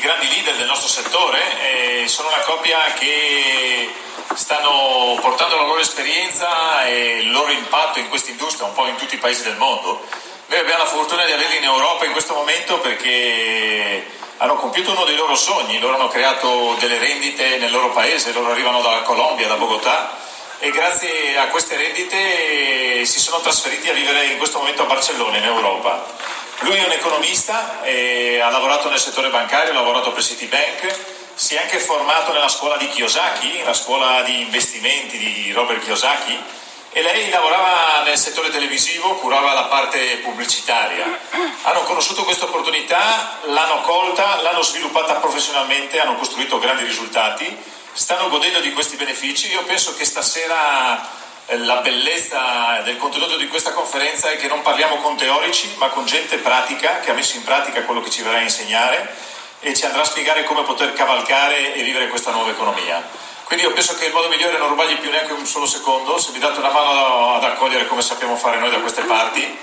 grandi leader del nostro settore, eh, sono una coppia che stanno portando la loro esperienza e il loro impatto in questa industria, un po' in tutti i paesi del mondo. Noi abbiamo la fortuna di averli in Europa in questo momento perché hanno compiuto uno dei loro sogni, loro hanno creato delle rendite nel loro paese, loro arrivano dalla Colombia, da Bogotà e grazie a queste rendite si sono trasferiti a vivere in questo momento a Barcellona, in Europa. Lui è un economista, eh, ha lavorato nel settore bancario, ha lavorato per Citibank, si è anche formato nella scuola di Kiyosaki, la scuola di investimenti di Robert Kiyosaki, e lei lavorava nel settore televisivo, curava la parte pubblicitaria. Hanno conosciuto questa opportunità, l'hanno colta, l'hanno sviluppata professionalmente, hanno costruito grandi risultati stanno godendo di questi benefici. Io penso che stasera Eh, la bellezza del contenuto di questa conferenza è che non parliamo con teorici, ma con gente pratica che ha messo in pratica quello che ci verrà a insegnare e ci andrà a spiegare come poter cavalcare e vivere questa nuova economia. Quindi io penso che il modo migliore è non rubargli più neanche un solo secondo, se mi date una mano ad accogliere come sappiamo fare noi da queste parti,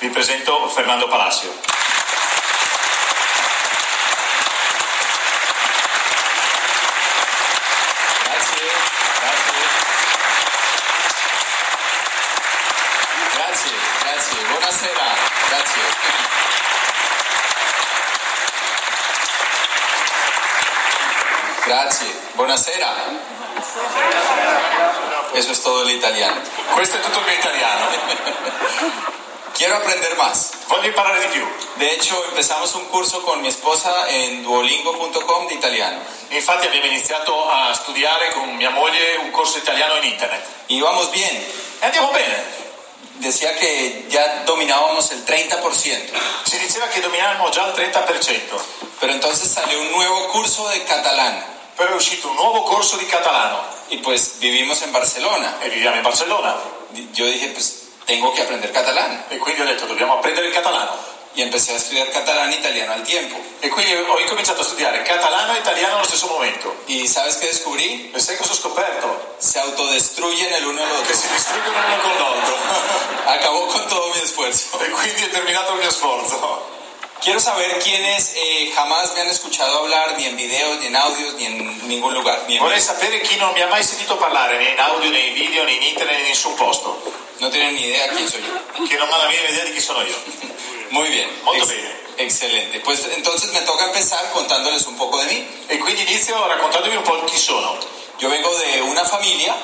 vi presento Fernando Palacio. Grazie, buonasera. Eso es todo el italiano. Questo è tutto il mio italiano. Quiero aprender más. Voglio imparare di più. De hecho, empezamos un curso con mi esposa en duolingo.com de italiano. Infatti abbiamo iniziato a studiare con mia moglie un corso italiano in internet. Y vamos bien. E andiamo bene. Decía que ya dominábamos el 30%. Si diceva che dominavamo già il 30%, Pero entonces salió un nuevo curso de catalán. però è uscito un nuovo corso di catalano Y pues vivimos en Barcelona. e viviamo in Barcellona. Yo dije, pues tengo que aprender catalán. E quindi ho detto dobbiamo apprendere il catalano. Y empecé a estudiar catalán e italiano al tiempo. E quindi ho incominciato a studiare catalano e italiano allo stesso momento. ¿Y sabes qué descubrí? E sai cosa ho scoperto? Se autodestruyen el uno al Che otro. si distruggono l'uno con l'altro. Acabó con todo mi esfuerzo. e quindi è terminato il mio sforzo. Quiero saber quiénes eh, jamás me han escuchado hablar, ni en videos, ni en audios, ni en ningún lugar. ni en- Vorrei sapere chi non mi ha mai sentito parlare né in audio, né in video, né in internet, né in nessun posto. No tienen ni idea quién soy yo. Che non ha la minima idea di chi sono io. Muy bien. Muy Ex- bien. Excelente. Pues entonces me toca empezar contándoles un poco de mí. E quindi inizio raccontandovi un po' chi sono. Yo vengo de una familia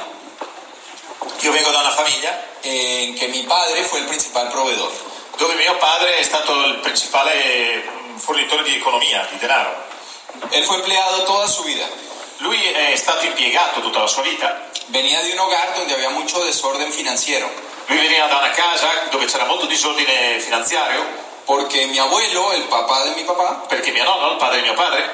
Io vengo da una famiglia eh, en que mi padre fue el principal proveedor. dove mio padre è stato il principale mm, fornitore di economia, di denaro. Él fue empleado toda su vida. Lui è stato impiegato tutta la sua vita. Venía de un hogar donde había mucho desorden financiero, Lui veniva da una casa dove c'era molto disordine finanziario, porque mi abuelo, el papá de mi papá, perché mio nonno, il padre di mio padre,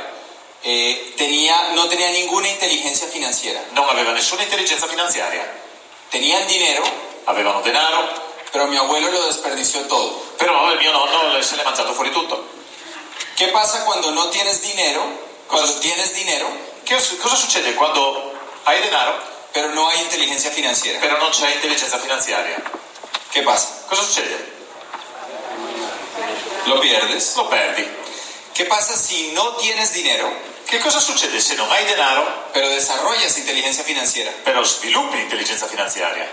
eh, tenía, no tenía ninguna inteligencia financiera. non aveva nessuna intelligenza finanziaria. Tenían dinero, Avevano denaro, pero mi abuelo lo desperdició todo. però il mio nonno se l'è mangiato fuori tutto. ¿Qué pasa cuando no tienes dinero? Cuando tienes dinero, Che- cosa succede quando hai denaro pero no hay inteligencia financiera. però non c'è intelligenza finanziaria? ¿Qué pasa? Cosa succede? Lo pierdes. Lo perdi. ¿Qué pasa si no tienes dinero, Che cosa succede se non hai denaro pero desarrollas inteligencia financiera? però sviluppi l'intelligenza finanziaria,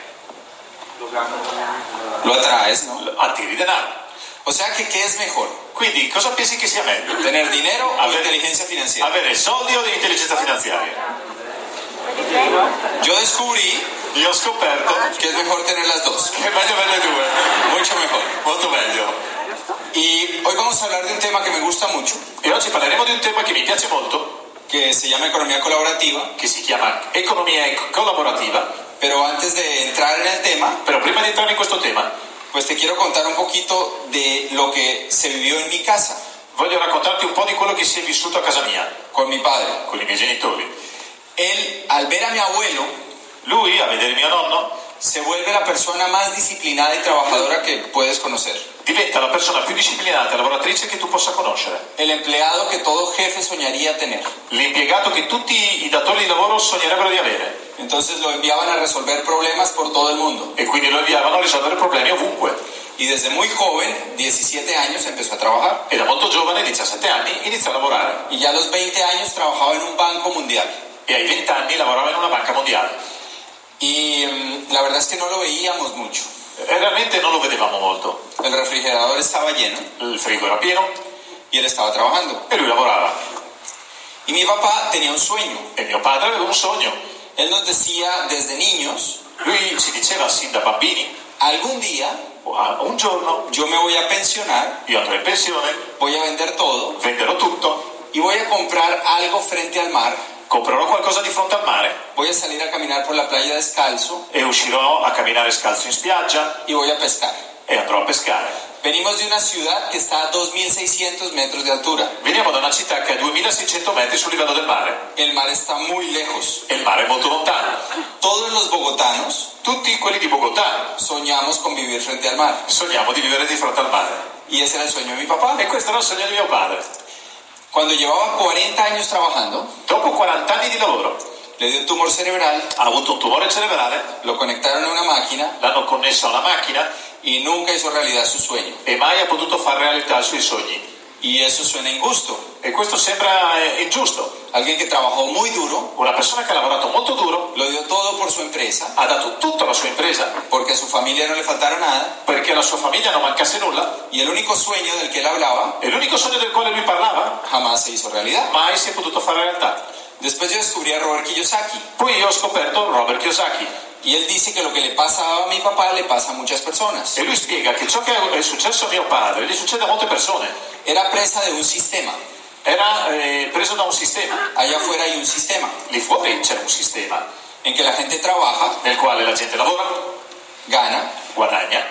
Lo atraes, ¿no? l- attiri denaro. O sea que, ¿qué es mejor? Quindi cosa pensi che sia meglio? ¿Tener dinero A o ver. inteligencia financiera? Avere soldi o intelligenza finanziaria? Yo descubrí Io ho scoperto que es mejor tener las dos. che è meglio averne due, Mucho mejor. molto meglio. Y hoy vamos a hablar de un tema que me gusta mucho, E oggi parleremo di un tema che mi piace molto, que se llama economía colaborativa. che si chiama economia ec- collaborativa, Pero antes de entrar en el tema, però prima di entrare in questo tema pues te quiero contar un poquito de lo que se vivió en mi casa voglio raccontarti un po' di quello che si è vissuto a casa mia, con mi padre. con i miei genitori. Él, al ver a mi abuelo, Lui, a vedere mio nonno, se vuelve la persona más disciplinada y trabajadora que puedes conocer. diventa la persona più disciplinata e lavoratrice che tu possa conoscere, El empleado que todo jefe soñaría tener. l'impiegato che tutti i datori di lavoro sognerebbero di avere Entonces lo enviaban a resolver problemas por todo el mundo. e quindi lo inviavano a risolvere problemi ovunque. Y desde muy joven, 17 años, empezó a trabajar. E da molto giovane, 17 anni, inizia a lavorare Y ya a los 20 años trabajaba en un banco mundial. e ai 20 anni lavorava in una banca mondiale. Y mm, la verdad es que no lo veíamos mucho. E realmente non lo vedevamo molto, El refrigerador estaba lleno il frigo era pieno y él estaba trabajando. e lui lavorava. Y mi papá tenía un sueño. E mio padre aveva un sogno, Él nos decía desde niños, lui ci diceva sin da bambini, algún día "Ah, un giorno yo me voy a pensionar, io andrò in pensione, voy a vender todo venderò tutto, y voy a comprar algo frente al mar. comprerò qualcosa di fronte al mare Voy a salir a caminar por la playa descalzo e uscirò a camminare scalzo in spiaggia y voy a pescar. e andrò a pescare. Venimos de una ciudad que está a 2.600 metros de altura. Veniamo da una città che è a 2600 metri sul livello del mare El mar está muy lejos. e il mare è molto lontano. Todos los bogotanos Tutti quelli di Bogotà soñamos con vivir frente al mar. sogniamo di vivere di fronte al mare Y ese era el sueño de mi papá. e questo era il sogno di mio padre. Cuando llevaba 40 años trabajando, Dopo 40 anni di lavoro le dio un tumor cerebral, ha avuto un tumore cerebrale, lo conectaron a una máquina l'hanno connesso a una macchina y nunca hizo realidad su sueño. e mai ha potuto fare realtà i suoi sogni. Y eso suena injusto. E questo sembra eh, ingiusto. Alguien que trabajó muy duro, Una persona che ha lavorato molto duro lo dio todo por su empresa, ha dato tutta la sua impresa porque a su familia no le faltara nada, perché alla sua famiglia non mancasse nulla y el único sueño del que él hablaba e l'unico sogno del quale lui parlava jamás se hizo realidad. mai si è potuto fare realtà. Después yo descubrí a Robert Kiyosaki, Poi io ho scoperto Robert Kiyosaki y él dice que lo que le pasaba a mi papá le pasa a muchas personas. e lui spiega che ciò che è successo a mio padre gli succede a molte persone. Era presa de un sistema. Era eh, preso da un sistema, Allá afuera hay un sistema lì fuori c'è un sistema en que la gente trabaja, nel quale la gente lavora, gana, guadagna,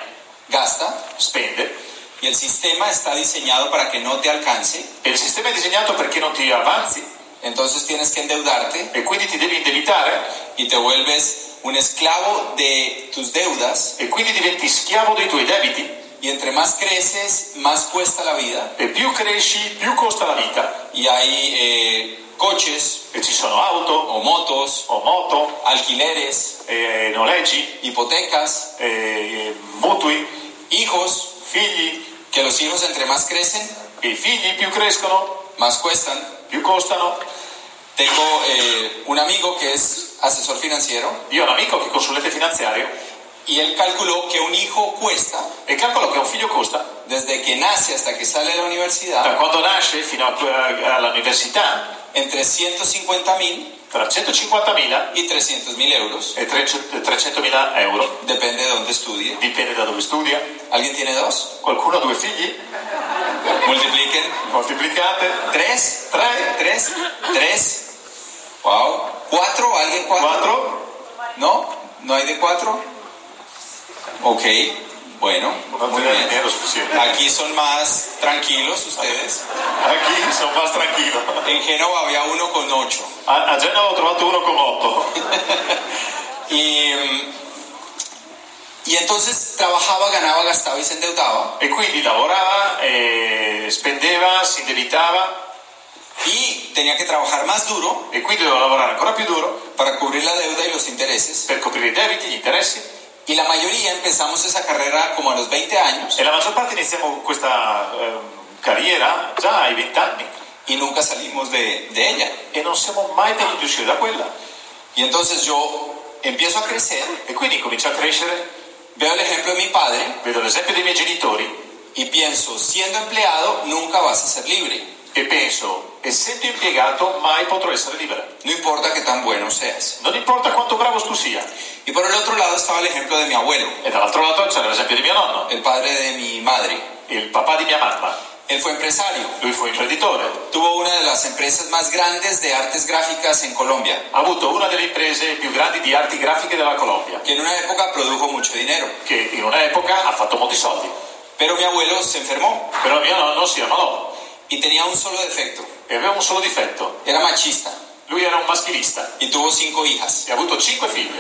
gasta, spende Y el sistema está diseñado para que no te alcance, e il sistema è disegnato perché non ti avanzi entonces tienes que endeudarte e quindi ti devi indebitare y te vuelves un esclavo de tus deudas e quindi diventi schiavo dei tuoi debiti y entre más creces, más cuesta la vida. e più cresci più costa la vita Y hay eh, coches e ci sono auto o motos, o moto, alquileres, eh, noleggi, hipotecas, eh, mutui, hijos, figli que los hijos entre más crecen, e i figli più crescono más cuestan. più costano Tengo eh, un amigo que es asesor financiero Io ho un amico che è consulente finanziario y él calculó que un hijo cuesta e calcolo che un figlio costa desde que nace hasta que sale de la da universidad quando nasce fino a- a- all'università entre 150 mil tra 150.000 y 300 mil euros, e 300 300.000 euro. depende de dónde estudie. Dipende da dove studia. ¿Alguien tiene dos? Qualcuno ha due figli, Multipliquen. moltiplicate. ¿Tres? Tres. ¿Tres? ¿Tres? ¡Wow! ¿Cuatro? ¿Alguien cuatro? 4, ¿No? ¿No hay de cuatro? Ok, bueno, non muy te ne bien. lo sufficiente. Aquí son más tranquilos ustedes. A chi sono más tranquillo. En Génova había uno con ocho. A, a Genova ho trovato uno con 8 Y, mm, y entonces trabajaba, ganaba, gastaba y se endeudaba. e quindi lavorava, e spendeva, si indebitava Y tenía que trabajar más duro e quindi doveva lavorare ancora più duro para cubrir la deuda y los intereses. per coprire i debiti, gli interessi. Y la mayoría empezamos esa carrera como a los 20 años E la maggior parte iniziamo questa ehm, carriera già ai 20 anni y nunca salimos de, de ella. e non siamo mai potuti uscire da quella. Y entonces yo empiezo a crecer, E quindi comincio a crescere, veo el ejemplo de mi padre vedo l'esempio dei miei genitori y pienso, siendo empleado nunca vas a ser libre, e penso, essendo impiegato mai potrò essere libero. no importa qué tan bueno seas. Non importa quanto bravo tu sia. Y por el otro lado estaba el ejemplo de mi abuelo, E dall'altro lato c'era l'esempio di mio nonno, el padre de mi madre. il papà di mia mamma. Él fue empresario, Lui fu imprenditore, tuvo una de las empresas más grandes de artes gráficas en Colombia, ha avuto una delle imprese più grandi di arti grafiche della Colombia, que en una época produjo mucho dinero. che in un'epoca ha fatto molti soldi. Pero mi abuelo se enfermó Però mio nonno si ammalò y tenía un solo defecto, e aveva un solo difetto, era machista. Lui era un maschilista y tuvo cinco hijas. e ha avuto cinque figlie.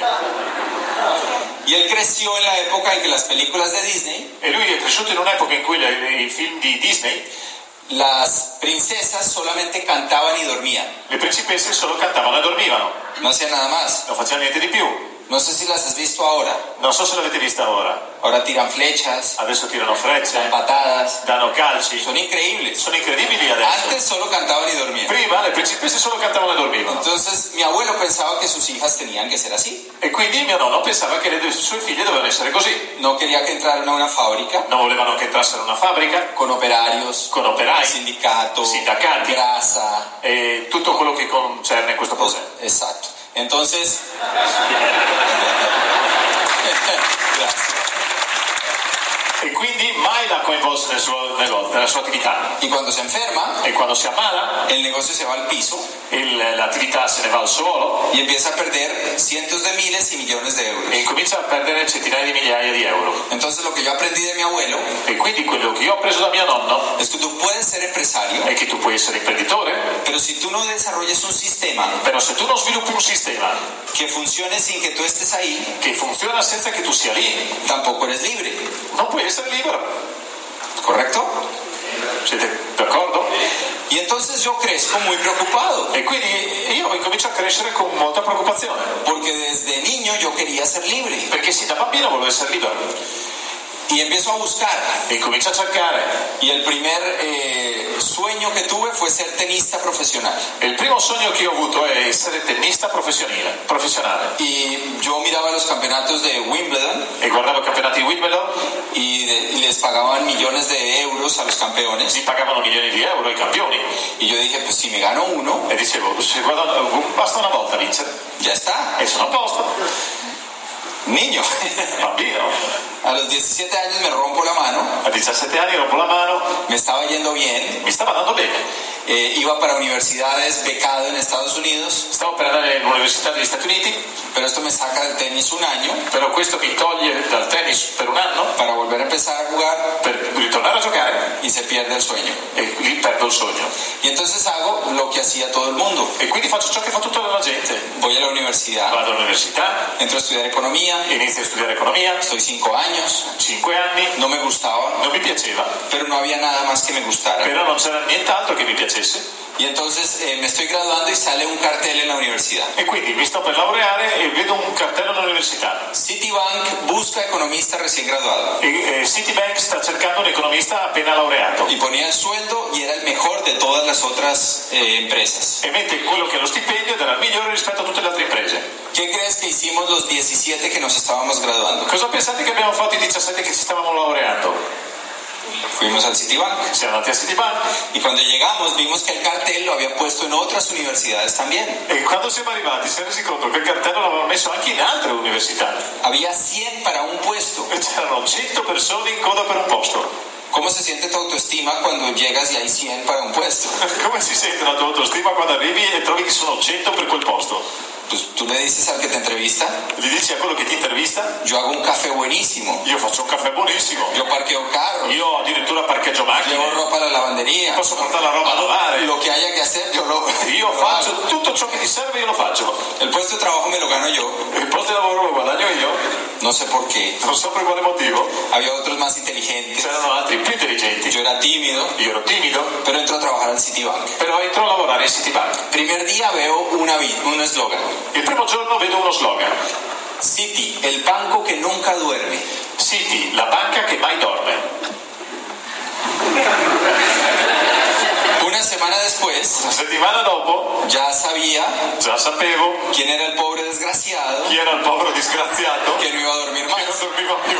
Y él creció en la época en que las películas de Disney, E lui è cresciuto in un'epoca in cui le- i film di Disney, las princesas solamente cantaban y dormían, le principesse solo cantavano e dormivano, no hacían nada más. non facevano niente di più. No sé si las has visto ahora. Non so se l'avete vista ora. Ahora tiran flechas, Adesso tirano frecce, patadas, danno calci, son increíbles. sono incredibili adesso. Antes solo cantaban y dormían. Prima le principesse solo cantavano e dormivano. Entonces mi abuelo pensaba que sus hijas tenían que ser así. E quindi mio nonno pensava che le due- sue figlie dovevano essere così. No quería que entraran a una fábrica Non volevano che entrassero in una fabbrica con operarios, con operai sindicato, Sindacati. grasa, e tutto quello che concerne questo progetto. Exacto. Entonces. Gracias. E quindi mai la coinvolse nel suo- nello- nella sua attività. y cuando se enferma, E quando si ammala, el negocio se va al piso il- l'attività se ne va al suolo y empieza a perder cientos de miles y millones de e euros. comincia a perdere centinaia di migliaia di euro. Entonces, lo que yo aprendí de mi abuelo E quindi quello che io ho preso da mio nonno es que tú puedes ser empresario, è che tu puoi essere imprenditore, pero si tú no desarrollas un sistema però se tu non sviluppi un sistema que funcione sin que tú estés ahí, che funziona senza che tu sia lì, tampoco eres libre. non puoi essere libero. ¿Correcto? Siete d'accordo? Y entonces yo crezco muy preocupado E quindi io incomincio a crescere con molta preoccupazione, porque desde niño yo quería ser libre perché sin da bambino volevo essere libero y empiezo a buscar e incomincio a cercare. Y el primer eh, sueño que tuve fue ser tenista profesional. E il primo sogno che ho avuto è essere tennista professionile- professionale. Y yo miraba los campeonatos de Wimbledon E guardavo i campionati di Wimbledon y, de- y les pagaban millones de euros a los campeones. si pagavano milioni di euro i campioni Y yo dije, pues si me gano uno, e dicevo se guarda, basta una volta vincere ya está. e sono a posto Niño. bambino a los 17 años me rompo la mano, a 17 anni rompo la mano me estaba yendo bien, mi stava andando bene eh, iba para universidades becado en Estados Unidos, stavo per andare all'università degli Stati Uniti pero esto me saca del tenis un año però questo mi toglie dal tennis per un anno para volver a empezar a jugar per ritornare a giocare y se pierde el sueño. e lì perdo il sogno Y entonces hago lo que hacía todo el mundo. e quindi faccio ciò che fa tutta la gente Voy a la universidad. vado all'università Entro a estudiar economía, inizio a studiare economia estoy cinco años, 5 anni no me gustaba, non mi piaceva pero no había nada más que me gustara. però non c'era nient'altro che mi piacesse Y entonces eh, me estoy graduando y sale un cartel en la universidad. e quindi mi sto per laureare e vedo un cartello all'università Citibank busca economista recién graduado. E, eh, Citibank sta cercando un economista appena laureato Y ponía el sueldo y era el mejor de todas las otras eh, empresas. e mette quello che è lo stipendio ed era il migliore rispetto a tutte le altre imprese. ¿Qué crees que hicimos los 17 que nos estábamos graduando? Cosa pensate che abbiamo fatto i 17 che ci stavamo laureando? Fuimos al Citibank. Siamo andati a Citibank Y cuando llegamos vimos que el cartel lo había puesto en otras universidades también. e quando siamo arrivati si è resi conto che il cartello l'avevano messo anche in altre università Había 100 para un puesto. e c'erano 100 persone in coda per un posto. ¿Cómo se siente tu autoestima cuando llegas y hay 100 para un puesto? Come si sente la tua autostima quando arrivi e trovi che sono 100 per quel posto? Pues tú le dices al que te entrevista, Gli dici a quello che ti intervista? yo hago un café buenísimo, Io faccio un caffè buonissimo, yo parqueo carro, io addirittura parcheggio llevo macchine, ropa a la lavandería, posso portare la roba a lavare. lo que haya que hacer yo lo, Io lo hago. faccio tutto ciò che ti serve, io lo faccio. El puesto de trabajo me lo gano yo, Il posto di lavoro lo guadagno io, no sé por qué. non so per quale motivo. Había otros más inteligentes, C'erano altri più intelligenti. yo era tímido, Io ero timido, pero entro a trabajar al Citibank. però entro a lavorare in Citibank. Primer día veo una vi- un eslogan, Il primo giorno vedo uno slogan: City, el banco que nunca duerme. City, la banca che mai dorme. Una semana después Una settimana dopo ya sabía già sapevo quién era el pobre desgraciado chi era il povero disgraziato que no iba a dormir che non más. dormiva più.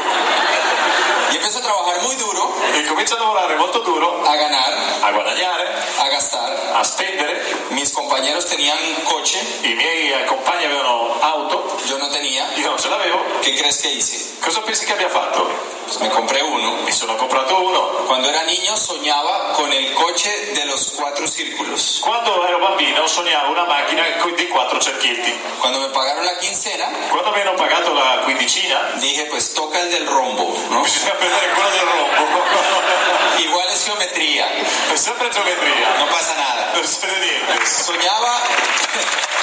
Y empiezo a trabajar muy duro, E comincia a lavorare molto duro, a ganar, a guadagnare, a gastar. a spendere. Mis compañeros tenían coche, I miei eh, compagni avevano auto, yo no tenía. io non ce l'avevo. ¿Qué crees que hice? Cosa pensi che abbia fatto? Pues me compré uno. Mi sono comprato uno. Cuando era niño soñaba con el coche de los cuatro círculos. Quando ero bambino sognavo una macchina con- di quattro cerchietti. Cuando me pagaron la quincena, Quando mi hanno pagato la quindicina, dije, pues toca el del rombo, ¿no? bisogna prendere quello del rombo. Igual es geometría, È sempre geometria, no pasa nada. per essere niente. Soñaba.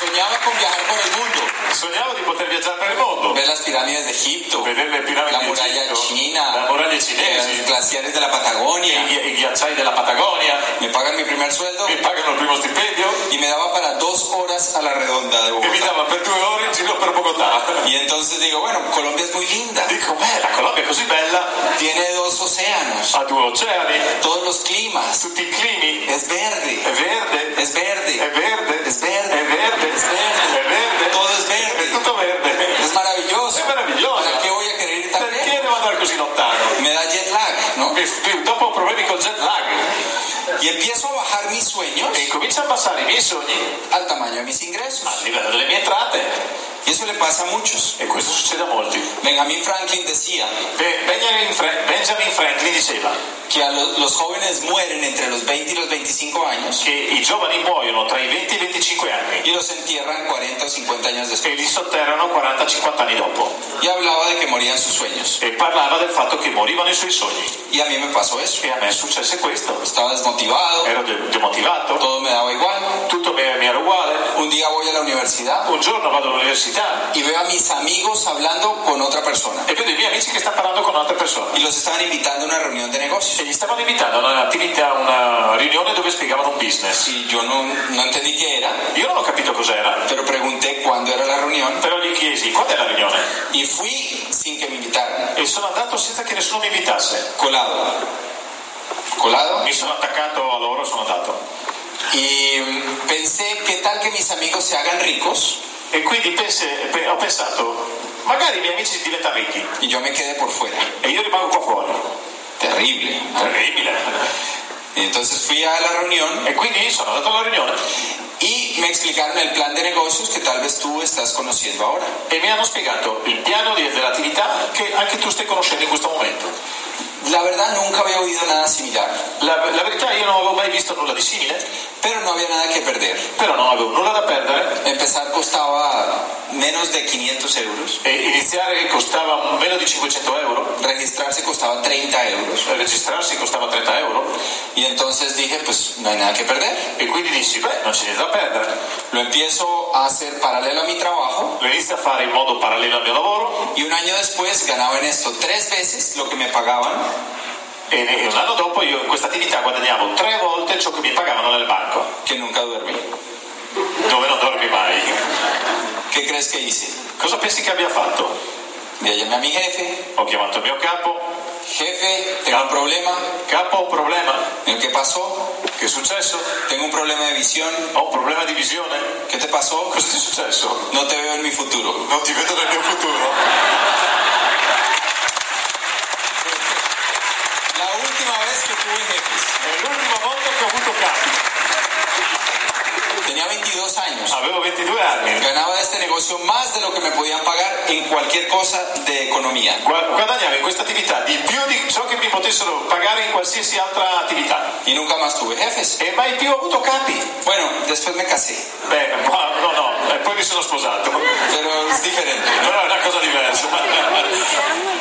Soñaba con viajar por el mundo, Sognavo di poter viaggiare per il mondo, ver las pirámides de Egipto, vedere le la Eh, piramidi muralla d'Egitto, la china, muraglia los cinese, glaciares de la i, Patagonia. ghi- i ghiacciai della Patagonia, Me pagan mi primer sueldo mi pagano il primo stipendio y me daba para dos horas a la redonda de e Bogotá. mi dava per due ore in giro per Bogotà. Y entonces digo, bueno, Colombia es muy linda, Dico, beh, la Colombia è così bella, tiene dos océanos, ha due oceani, todos los climas, tutti i climi, es verde, è verde, è es verde, verde, es è verde, verde, es verde, è verde, todo es è verde, tutto verde. es maravilloso. È meraviglioso. ¿Para qué voy a querer ir tan lejos? Perché devo andare così lontano? Me da jet lag, ¿no? Mi- mi- Dopo ho problemi col jet lag Y empiezo a bajar mis sueños e incomincio a passare i miei sogni al tamaño de mis ingresos. al livello delle mie entrate. Y eso le pasa a muchos. E questo succede a molti. Benjamin Franklin decía Be- Benjamin, Fra- Benjamin Franklin diceva que a lo- los jóvenes mueren entre los 20 y los 25 años che i giovani muoiono tra i 20 e i 25 anni y los entierran 40 o 50 años después. e li sotterrano 40-50 anni dopo. Y hablaba de que morían sus sueños. E parlava del fatto che morivano i suoi sogni. Y a mí me pasó eso. E a me successe questo. Estaba desmotivado, Ero de- demotivato, todo me daba igual. tutto mi mi era uguale. Un día voy a la universidad Un giorno vado all'università y veo a mis amigos hablando con otra persona. e vedo i miei amici che stanno parlando con altre persone. Y los estaban invitando a una reunión de negocios. E gli stavano invitando a un'attività, a una riunione dove spiegavano un business. Y yo no, no entendí qué era, Io non ho capito cos'era, pero pregunté cuándo era la reunión però gli chiesi quando è la riunione y fui sin que me invitaran. e sono andato senza che nessuno mi invitasse. Colado. Colado. Mi sono attaccato a loro, sono andato. Y mm, pensé, ¿qué tal que mis amigos se hagan ricos? E quindi pense- pe- ho pensato, magari i miei amici diventano ricchi Y yo me quedé por fuera. e io rimango qua fuori. Terrible. Terribile. Y entonces fui a la reunión E quindi sono andato alla riunione y me explicaron el plan de negocios que tal vez tú estás conociendo ahora. e mi hanno spiegato il piano di- dell'attività che anche tu stai conoscendo in questo momento. La verdad nunca había oído nada similar, La, la verità io non avevo mai visto nulla di simile, pero no había nada que perder. però non avevo nulla da perdere. Empezar costaba menos de 500 euros, E iniziare costava meno di 500 euro, registrarse costaba 30 euros. registrarsi costava 30 euro Y entonces dije, pues no hay nada que perder. e quindi dici, beh, non c'è niente da perdere. Lo empiezo a hacer paralelo a mi trabajo Lo inizio a fare in modo parallelo al mio lavoro y un año después ganaba en esto tres veces lo que me pagaban, e, e un anno dopo io in questa attività guadagnavo tre volte ciò che mi pagavano nel banco, que nunca dormí. dove non dormi mai. ¿Qué crees que hice? Cosa pensi che abbia fatto? Le llamé a mi jefe, Ho chiamato il mio capo, jefe, tengo un problema, capo ho un problema, ¿En ¿qué pasó? che è successo? Tengo un problema de visión, Ho un problema di visione, Oh, ¿qué te pasó? cosa ti è successo? No te veo en mi futuro. Non ti vedo nel mio futuro. La última vez que tuve jefes, È l'ultima volta che ho avuto capi. tenía 22 años. Avevo 22 anni. Ganaba de este negocio más de lo que me podían pagar en cualquier cosa de economía. Guad- Guadagnavo in questa attività di più di ciò che mi potessero pagare in qualsiasi altra attività Y nunca más tuve jefes. e mai più ho avuto capi. Bueno, después me casé, Beh, ma- no, no, e poi mi sono sposato. No, pero es diferente. no, è una cosa diversa.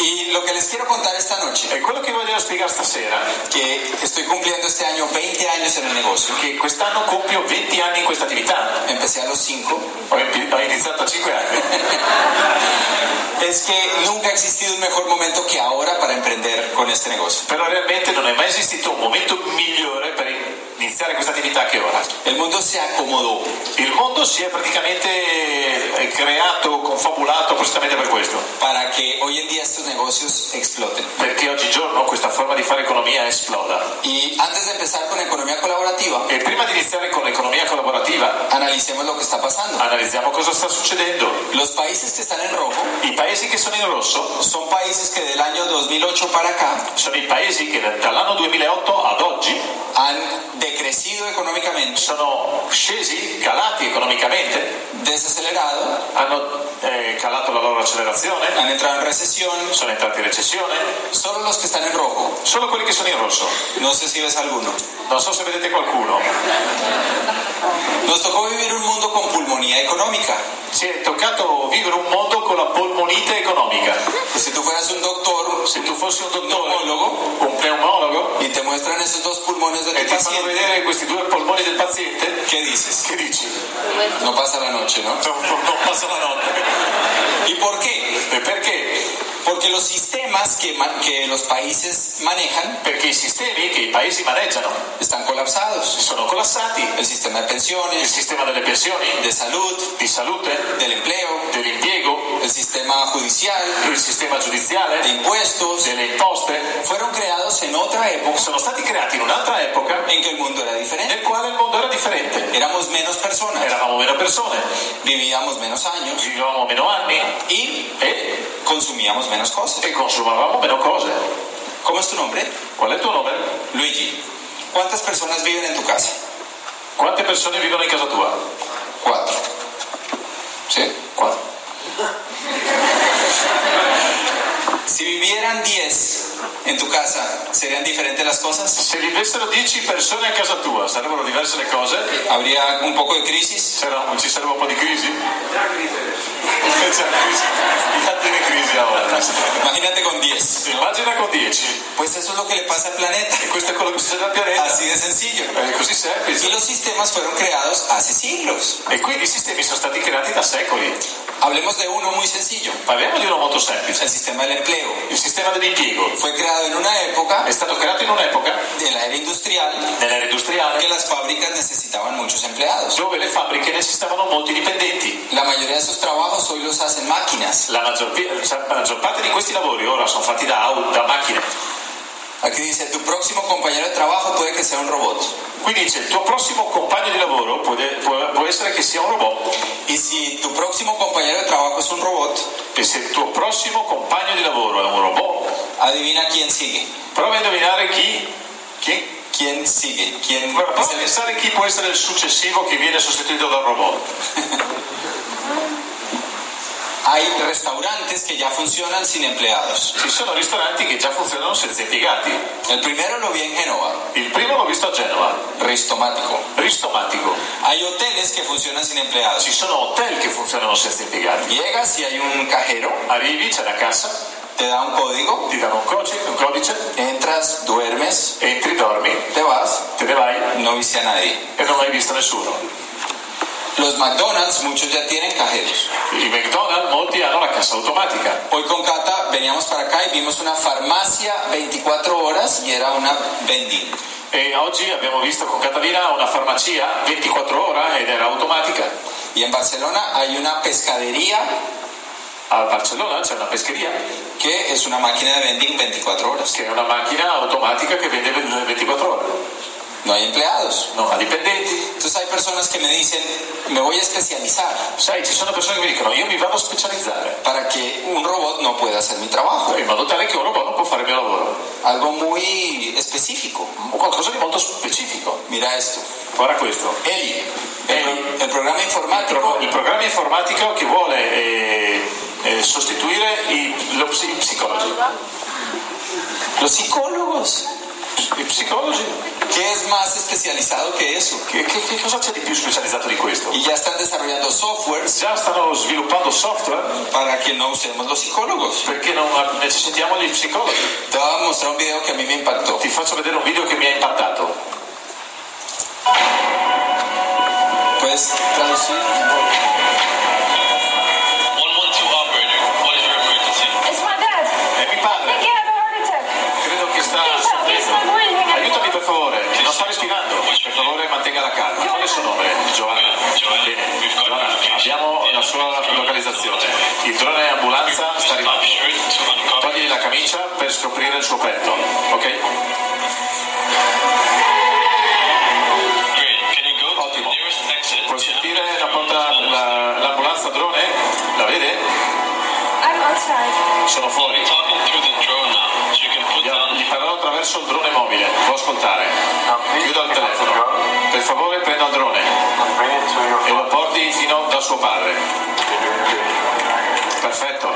Y lo que les quiero contar esta noche, E quello che voglio spiegare stasera è que estoy cumpliendo este año 20 años en el negocio. che quest'anno compio 20 anni in questa attività. Empecé a los 5. Ho, impi- ho iniziato a 5 anni. Es que nunca ha existido un mejor momento que ahora para emprender con este negocio. Però realmente non è mai esistito un momento migliore per iniziare questa attività che ora. El mundo se acomodó. Il mondo si è praticamente eh, creato, confabulato precisamente per questo. para que hoy en día estos negocios exploten. perché oggigiorno questa forma di fare economia esploda. Y antes de empezar con economía colaborativa, E prima di iniziare con l'economia collaborativa, analicemos lo que está pasando. analizziamo cosa sta succedendo. Los países que están en rojo I paesi che sono in rosso son países que del año 2008 para acá sono i paesi che da- dall'anno 2008 ad oggi han decrecido económicamente, sono scesi, calati economicamente, desacelerado, hanno eh, calato la loro accelerazione, han entrado en recesión. sono entrati in recessione. Solo los que están en rojo. Solo quelli che sono in rosso. No sé si ves alguno. Non so se vedete qualcuno. Nos tocó vivir un mundo con pulmonía económica. Ci è toccato vivere un mondo con la polmonite economica. Pues si tú fueras un doctor Se tu fossi un Pneumologo. dottore, un pneumologo, y te muestran esos dos pulmones de e tu ti fanno paciente, vedere questi due polmoni del paziente, ¿qué dices? che dici? No pasa la noche, ¿no? Non, non passa la notte. ¿Y por qué? E perché? Porque los sistemas que, ma- que los países manejan Perché i sistemi che i paesi maneggiano están colapsados. sono collassati. El sistema de Il pensiones, sistema delle pensioni, de salud, di salute, del empleo, dell'impiego, el sistema judicial, il sistema de giudiziale, impuestos, e-, delle imposte, fueron creados en otra época sono stati creati in un'altra epoca en que el mundo era diferente. nel quale il mondo era differente. Éramos menos personas, Eravamo meno persone, vivíamos menos años vivevamo meno anni y e, consumíamos menos cosas. e consumavamo meno cose. ¿Cómo es tu nombre? Qual è il tuo nome? Luigi. ¿Cuántas personas viven en tu casa? Quante persone vivono in casa tua? Cuatro. ¿Sí? Quattro. Si vivieran diez en tu casa, ¿serían diferentes las cosas? Se vivessero 10 persone a casa tua, sarebbero diverse le cose? ¿Habría un poco de crisis? C'era- ci sarebbe un po' di crisi? C'è crisi. Già tiene crisi ora. Imagínate con diez. Immagina con 10. Pues eso es lo que le pasa al planeta. E questo è quello che succede al pianeta. Así de sencillo. È così Y semplice. los sistemas fueron creados hace siglos. E quindi i sistemi sono stati creati da secoli. Hablemos de uno muy sencillo, Parliamo di uno molto semplice. el sistema del empleo. Il sistema dell'impiego Fue creado en una época, è stato creato in un'epoca, de la era industrial, nell'era industriale, que las fábricas necesitaban muchos empleados. dove le fabbriche necessitavano molti dipendenti. La mayoría de esos trabajos hoy los hacen máquinas. La maggior, cioè, la maggior parte di questi lavori ora sono fatti da, au- da macchine. Aquí dice, tu próximo compañero de trabajo puede que sea un robot. Quindi dice, il tuo prossimo compagno di lavoro può, de- può- può essere che sia un robot. Y si tu próximo compañero de trabajo es un robot, E se il tuo prossimo compagno di lavoro è un robot, adivina quién sigue. prova a indovinare chi... chi? ¿Quién sigue? ¿Quién Guarda, es prova a el- pensare chi può essere il successivo che viene sostituito dal robot. Hay restaurantes que ya funcionan sin empleados. Ci sono ristoranti che già funzionano senza impiegati. El primero lo vi en Génova, Il primo l'ho visto a Genova, Ristomático. ristomatico. Hay hoteles que funcionan sin empleados. Ci sono hotel che funzionano senza impiegati. Llegas y hay un cajero, Arrivi, c'è la cassa, te da un código, ti danno un codice, un codice, entras, duermes, entri, dormi, te vas, te ne vai no viste a nadie. e non hai visto nessuno. Los McDonald's, muchos ya tienen cajeros. I McDonald's molti hanno la cassa automatica. Hoy con Cata veníamos para acá y vimos una farmacia 24 horas y era una vending. E oggi abbiamo visto con Catalina una farmacia 24 ore ed era automatica. Y en Barcelona hay una pescadería A Barcellona c'è una pescheria que es una máquina de vending 24 horas. che è una macchina automatica che vende le 24 ore, No hay empleados. non ha dipendenti. Entonces hay personas que me dicen, me voy a especializar Sai, ci sono persone che mi dicono io mi vado a specializzare para que un robot no pueda hacer mi trabajo. in modo tale che un robot non può fare il mio lavoro. Algo muy específico. Qualcosa di molto specifico. Mira esto. Guarda questo. Eli, Eli. el, el programa informático Il programma informatico che vuole eh, eh, sostituire i, lo psi- i psicologi. Los psicólogos. I psicologi? ¿Qué es más especializado que eso? Che, che- che cosa c'è di più specializzato di questo? Y ya están desarrollando softwares Già stanno sviluppando software para que no usemos los psicólogos. perché non necessitiamo gli psicologi. Te voy a mostrar un video que a mí me impactó. Ti faccio vedere un video che mi ha impattato. Puedes traducir. It's my dad. È mio I think padre, he had a heart attack. Eh, credo che sta Please help. He's soffrendo. not breathing Aiutami per anymore. favore, non sta respirando. Per favore mantenga la calma. Qual è il suo nome? Giovanna. Bene, Giovanna, abbiamo la sua localizzazione. Il drone ambulanza sta arrivando. Togli la camicia per scoprire il suo petto, ok? Puoi sentire la porta, la- l'ambulanza drone? La vede? I'm outside. Sono fuori. Gli- Gli parlerò attraverso il drone mobile, può ascoltare. Chiudo il telefono. Per favore prenda il drone e lo porti fino da suo padre. Perfetto.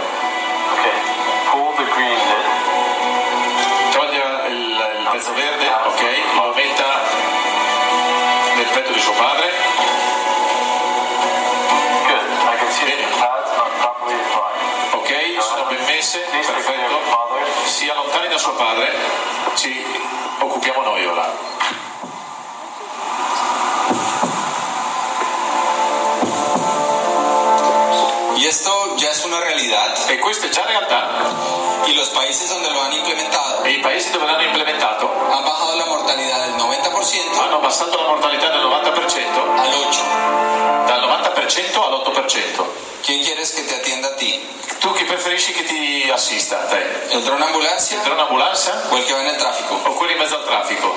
Toglie il, il pezzo verde, ok, lo metta nel petto di suo padre. bene, Clouds are properly applied. ok? Sono ben messe, Please take care of your perfetto. father. Si allontani da suo padre, ci occupiamo noi ora. Y esto ya es una realidad E questa è già realtà. y los países donde lo han implementado E i paesi dove l'hanno implementato han bajado la mortalidad del 90% hanno abbassato la mortalità dal 90%, al 8%. dal 90% all'8%. ¿Quién quieres que te atienda a ti? Tu chi preferisci che ti assista? Te? ¿El dron ambulancia Tra un'ambulanza o el que va en el tráfico? o quelli in mezzo al traffico?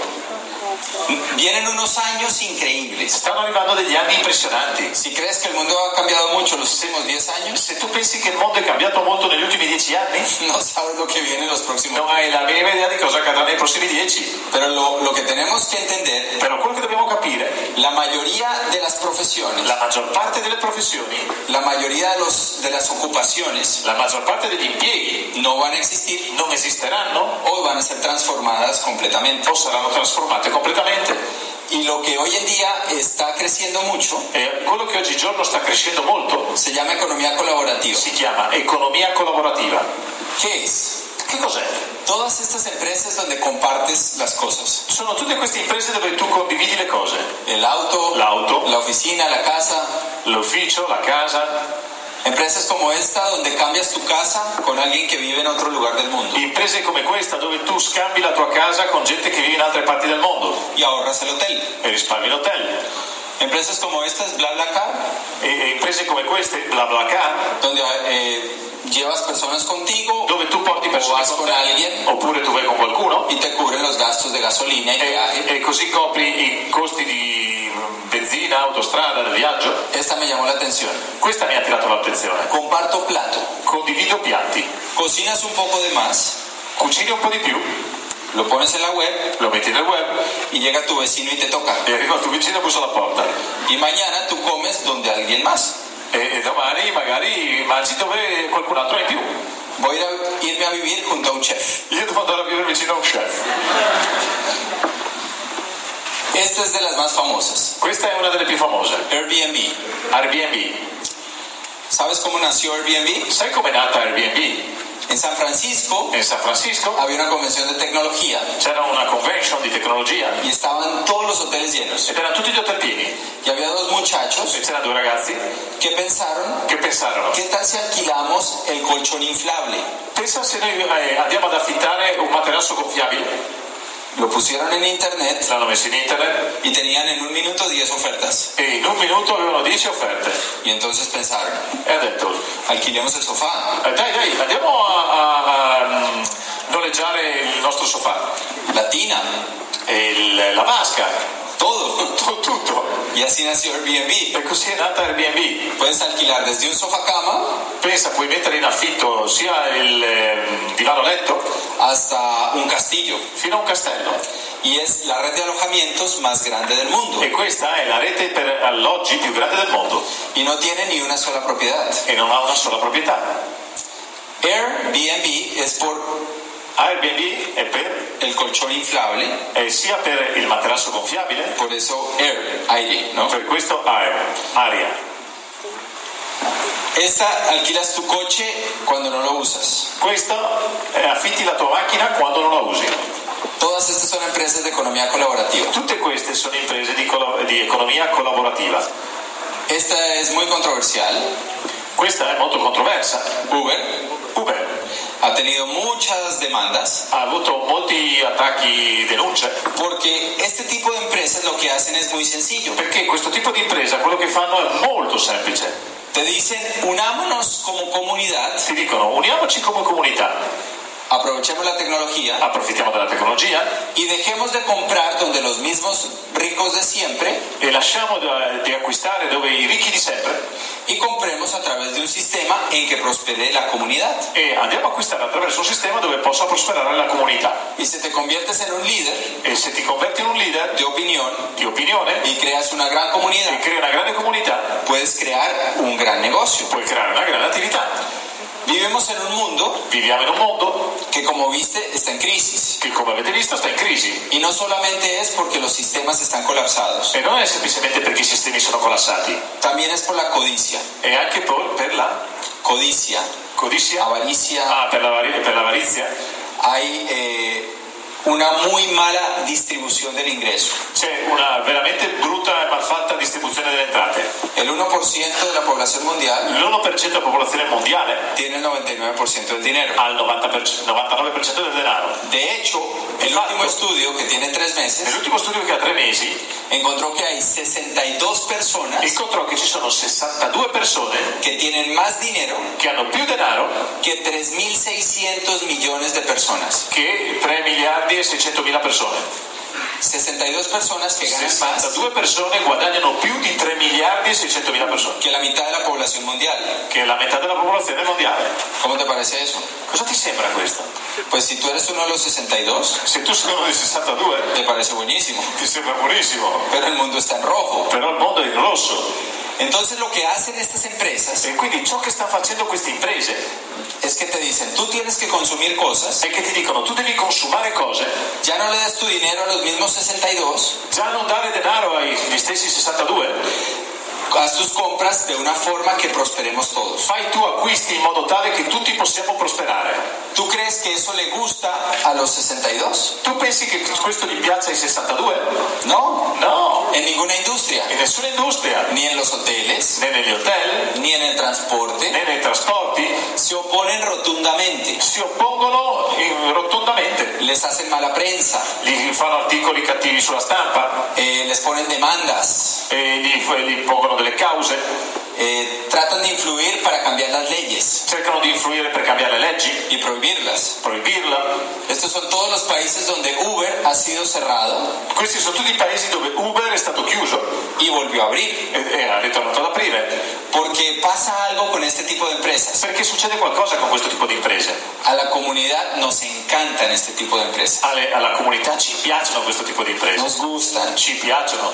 Vienen unos años increíbles. Stanno arrivando degli anni impressionanti. Si crees que el mundo ha cambiado mucho los últimos 10 años, Se tu pensi che il mondo è cambiato molto negli ultimi dieci anni, no sabes lo que viene en los próximos non hai la minima idea di cosa accadrà nei prossimi dieci. Pero lo, lo que tenemos que entender, Però quello che dobbiamo capire, la mayoría de las profesiones, la maggior parte delle professioni, la mayoría de, los, de las ocupaciones la maggior parte degli impieghi no van a existir non esisteranno o van a ser transformadas completamente. o saranno trasformate completamente. Y lo que hoy en día está creciendo mucho E quello che oggigiorno sta crescendo molto se llama economía colaborativa. si chiama economia collaborativa. ¿Qué es? Che cos'è? Todas estas empresas donde compartes las cosas. Sono tutte queste imprese dove tu condividi le cose, El auto, L'auto. la oficina, la casa. l'ufficio, la casa, Empresas como esta donde cambias tu casa con alguien que vive en otro lugar del mundo imprese come questa dove tu scambi la tua casa con gente che vive in altre parti del mondo y ahorras el hotel. e risparmi l'hotel. Empresas como estas, BlaBlaCar, E, e imprese come queste, bla bla car, donde eh, llevas personas contigo dove tu porti persone vas con con te, alguien. oppure tu vai con qualcuno y te cubren los gastos de gasolina y viaje. e, e così copri i costi di mm, benzina, autostrada, del viaggio. Esta me llamó la atención. Questa mi ha attirato l'attenzione. Comparto plato. Condivido piatti, Cocinas un poco de más, cucini un po' di più, lo pones en la web lo metti nel web y llega tu vecino y te toca. e arriva il tuo vicino e bussa alla porta. Y mañana tú comes donde alguien más. E, e domani magari mangi dove qualcun altro ha in più. Voy a ir a- irme a vivir junto a un chef. Io devo andare a vivere vicino a un chef. Esta es de las más famosas, Questa è una delle più famose, Airbnb. Airbnb. ¿Sabes cómo nació Airbnb? Sai com'è nata Airbnb? En San Francisco In San Francisco había una convención de tecnología c'era una convention di tecnologia y estaban todos los hoteles llenos. ed erano tutti gli hotel pieni Y había dos muchachos e c'erano due ragazzi que pensaron, che pensarono ¿qué tal si alquilamos el colchón inflable? pensa se noi eh, andiamo ad affittare un materasso gonfiabile Lo pusieron en internet l'hanno messo in internet y tenían en un minuto 10 ofertas. e in un minuto avevano 10 offerte Y entonces pensaron, e ha detto alquilemos el sofá, eh, dai dai andiamo a, a- a, mm, noleggiare il nostro sofà la tina, e il- la vasca todo. Tu- tutto. Y así nació Airbnb. E così è nata Airbnb. Puedes alquilar desde un sofá cama Pensa, puoi mettere in affitto sia il ehm, divano letto hasta un castillo. fino a un castello. Y es la red de alojamientos más grande del mundo. E questa è la rete per alloggi più grande del mondo Y no tiene ni una sola propiedad. e non ha una sola proprietà. Airbnb es por Airbnb è, per, el colchón inflable, è sia per il materasso gonfiabile, por eso Air, aire, ¿no? per questo air, aria. Esta alquilas tu coche cuando no lo usas. Questo eh, affitti la tua macchina quando non la usi. Todas estas son empresas de economía colaborativa. Tutte queste sono imprese di, collo- di economia collaborativa. Esta es muy controversial. Questa è molto controversa. Uber Uber ha tenido muchas demandas ha avuto molti attacchi denunce porque este tipo de empresas lo que hacen es muy sencillo. perché questo tipo di impresa quello che fanno è molto semplice Te dicen, unámonos como comunidad, ti dicono uniamoci come comunità aprovechemos la tecnología approfittiamo della tecnologia y dejemos de comprar donde los mismos ricos de siempre e lasciamo da- di acquistare dove i ricchi di sempre y compremos a través de un sistema en que prospere la comunidad. e andiamo a acquistare attraverso un sistema dove possa prosperare la comunità Y si te conviertes en un líder e se ti converti in un leader de opinión di opinione y creas una gran e comunidad, crei una grande comunità puedes crear un gran negocio. puoi creare una grande attività Vivimos en un mundo viviamo in un mondo que como viste está en crisis. che come avete visto, sta in crisi. Y no solamente es porque los sistemas están colapsados, E non è semplicemente perché i sistemi sono collassati, también es por la codicia. è anche por- per la Codicia, codicia, avaricia, ah, per, la vari- per l'avarizia. hay eh, una muy mala distribución del ingreso. C'è una veramente brutta e malfatta distribuzione delle entrate. El 1% de la población mundial L'1% della popolazione mondiale tiene el 99% del dinero. ha il 90%, 99% del denaro. De hecho, el Exacto. último estudio que tiene tres meses Nell'ultimo studio che ha tre mesi encontró que hay 62 personas incontrò che ci sono 62 persone que tienen más dinero che hanno più denaro que 3.600 millones de personas. che 3 miliardi e 600 mila persone. 62 personas que ganan más 62 persone guadagnano più di 3 miliardi e 600 mila persone, que la mitad de la población mundial. che è la metà della popolazione mondiale. ¿Cómo te parece eso? Cosa ti sembra questo? Pues si tú eres uno de los 62, Se tu sei uno dei 62 te parece buenísimo, ti sembra buonissimo, pero el mundo está en rojo. però il mondo è in rosso. Entonces lo que hacen estas empresas E quindi ciò che stanno facendo queste imprese es que te dicen, tú tienes que consumir cosas, è che ti dicono tu devi consumare cose, ya no le das tu dinero a los mismos 62, già non dare denaro agli stessi 62, haz tus compras de una forma que prosperemos todos. fai tu acquisti in modo tale che tutti possiamo prosperare. ¿Tú crees que eso le gusta a los 62? Tu pensi che questo gli piaccia ai 62? No, No, en ninguna industria, in nessuna industria, ni en los hoteles, né negli hotel, ni en el transporte, né nei trasporti, se oponen rotundamente, si oppongono in- rotondamente. les hacen mala prensa, Gli fanno articoli cattivi sulla stampa, eh, les ponen demandas, e gli, gli impongono delle cause, eh, tratan de influir para cambiar las leyes cercano di influire per cambiare le leggi, y prohibirlas. proibirla. Estos son todos los países donde Uber ha sido cerrado Questi sono tutti i paesi dove Uber è stato chiuso y volvió a abrir, e, e ha ritornato ad aprire. porque pasa algo con este tipo de empresas. Perché succede qualcosa con questo tipo di imprese? A la comunidad nos encantan este tipo de empresas, Alle- alla comunità ci piacciono questo tipo di imprese, nos gustan, ci piacciono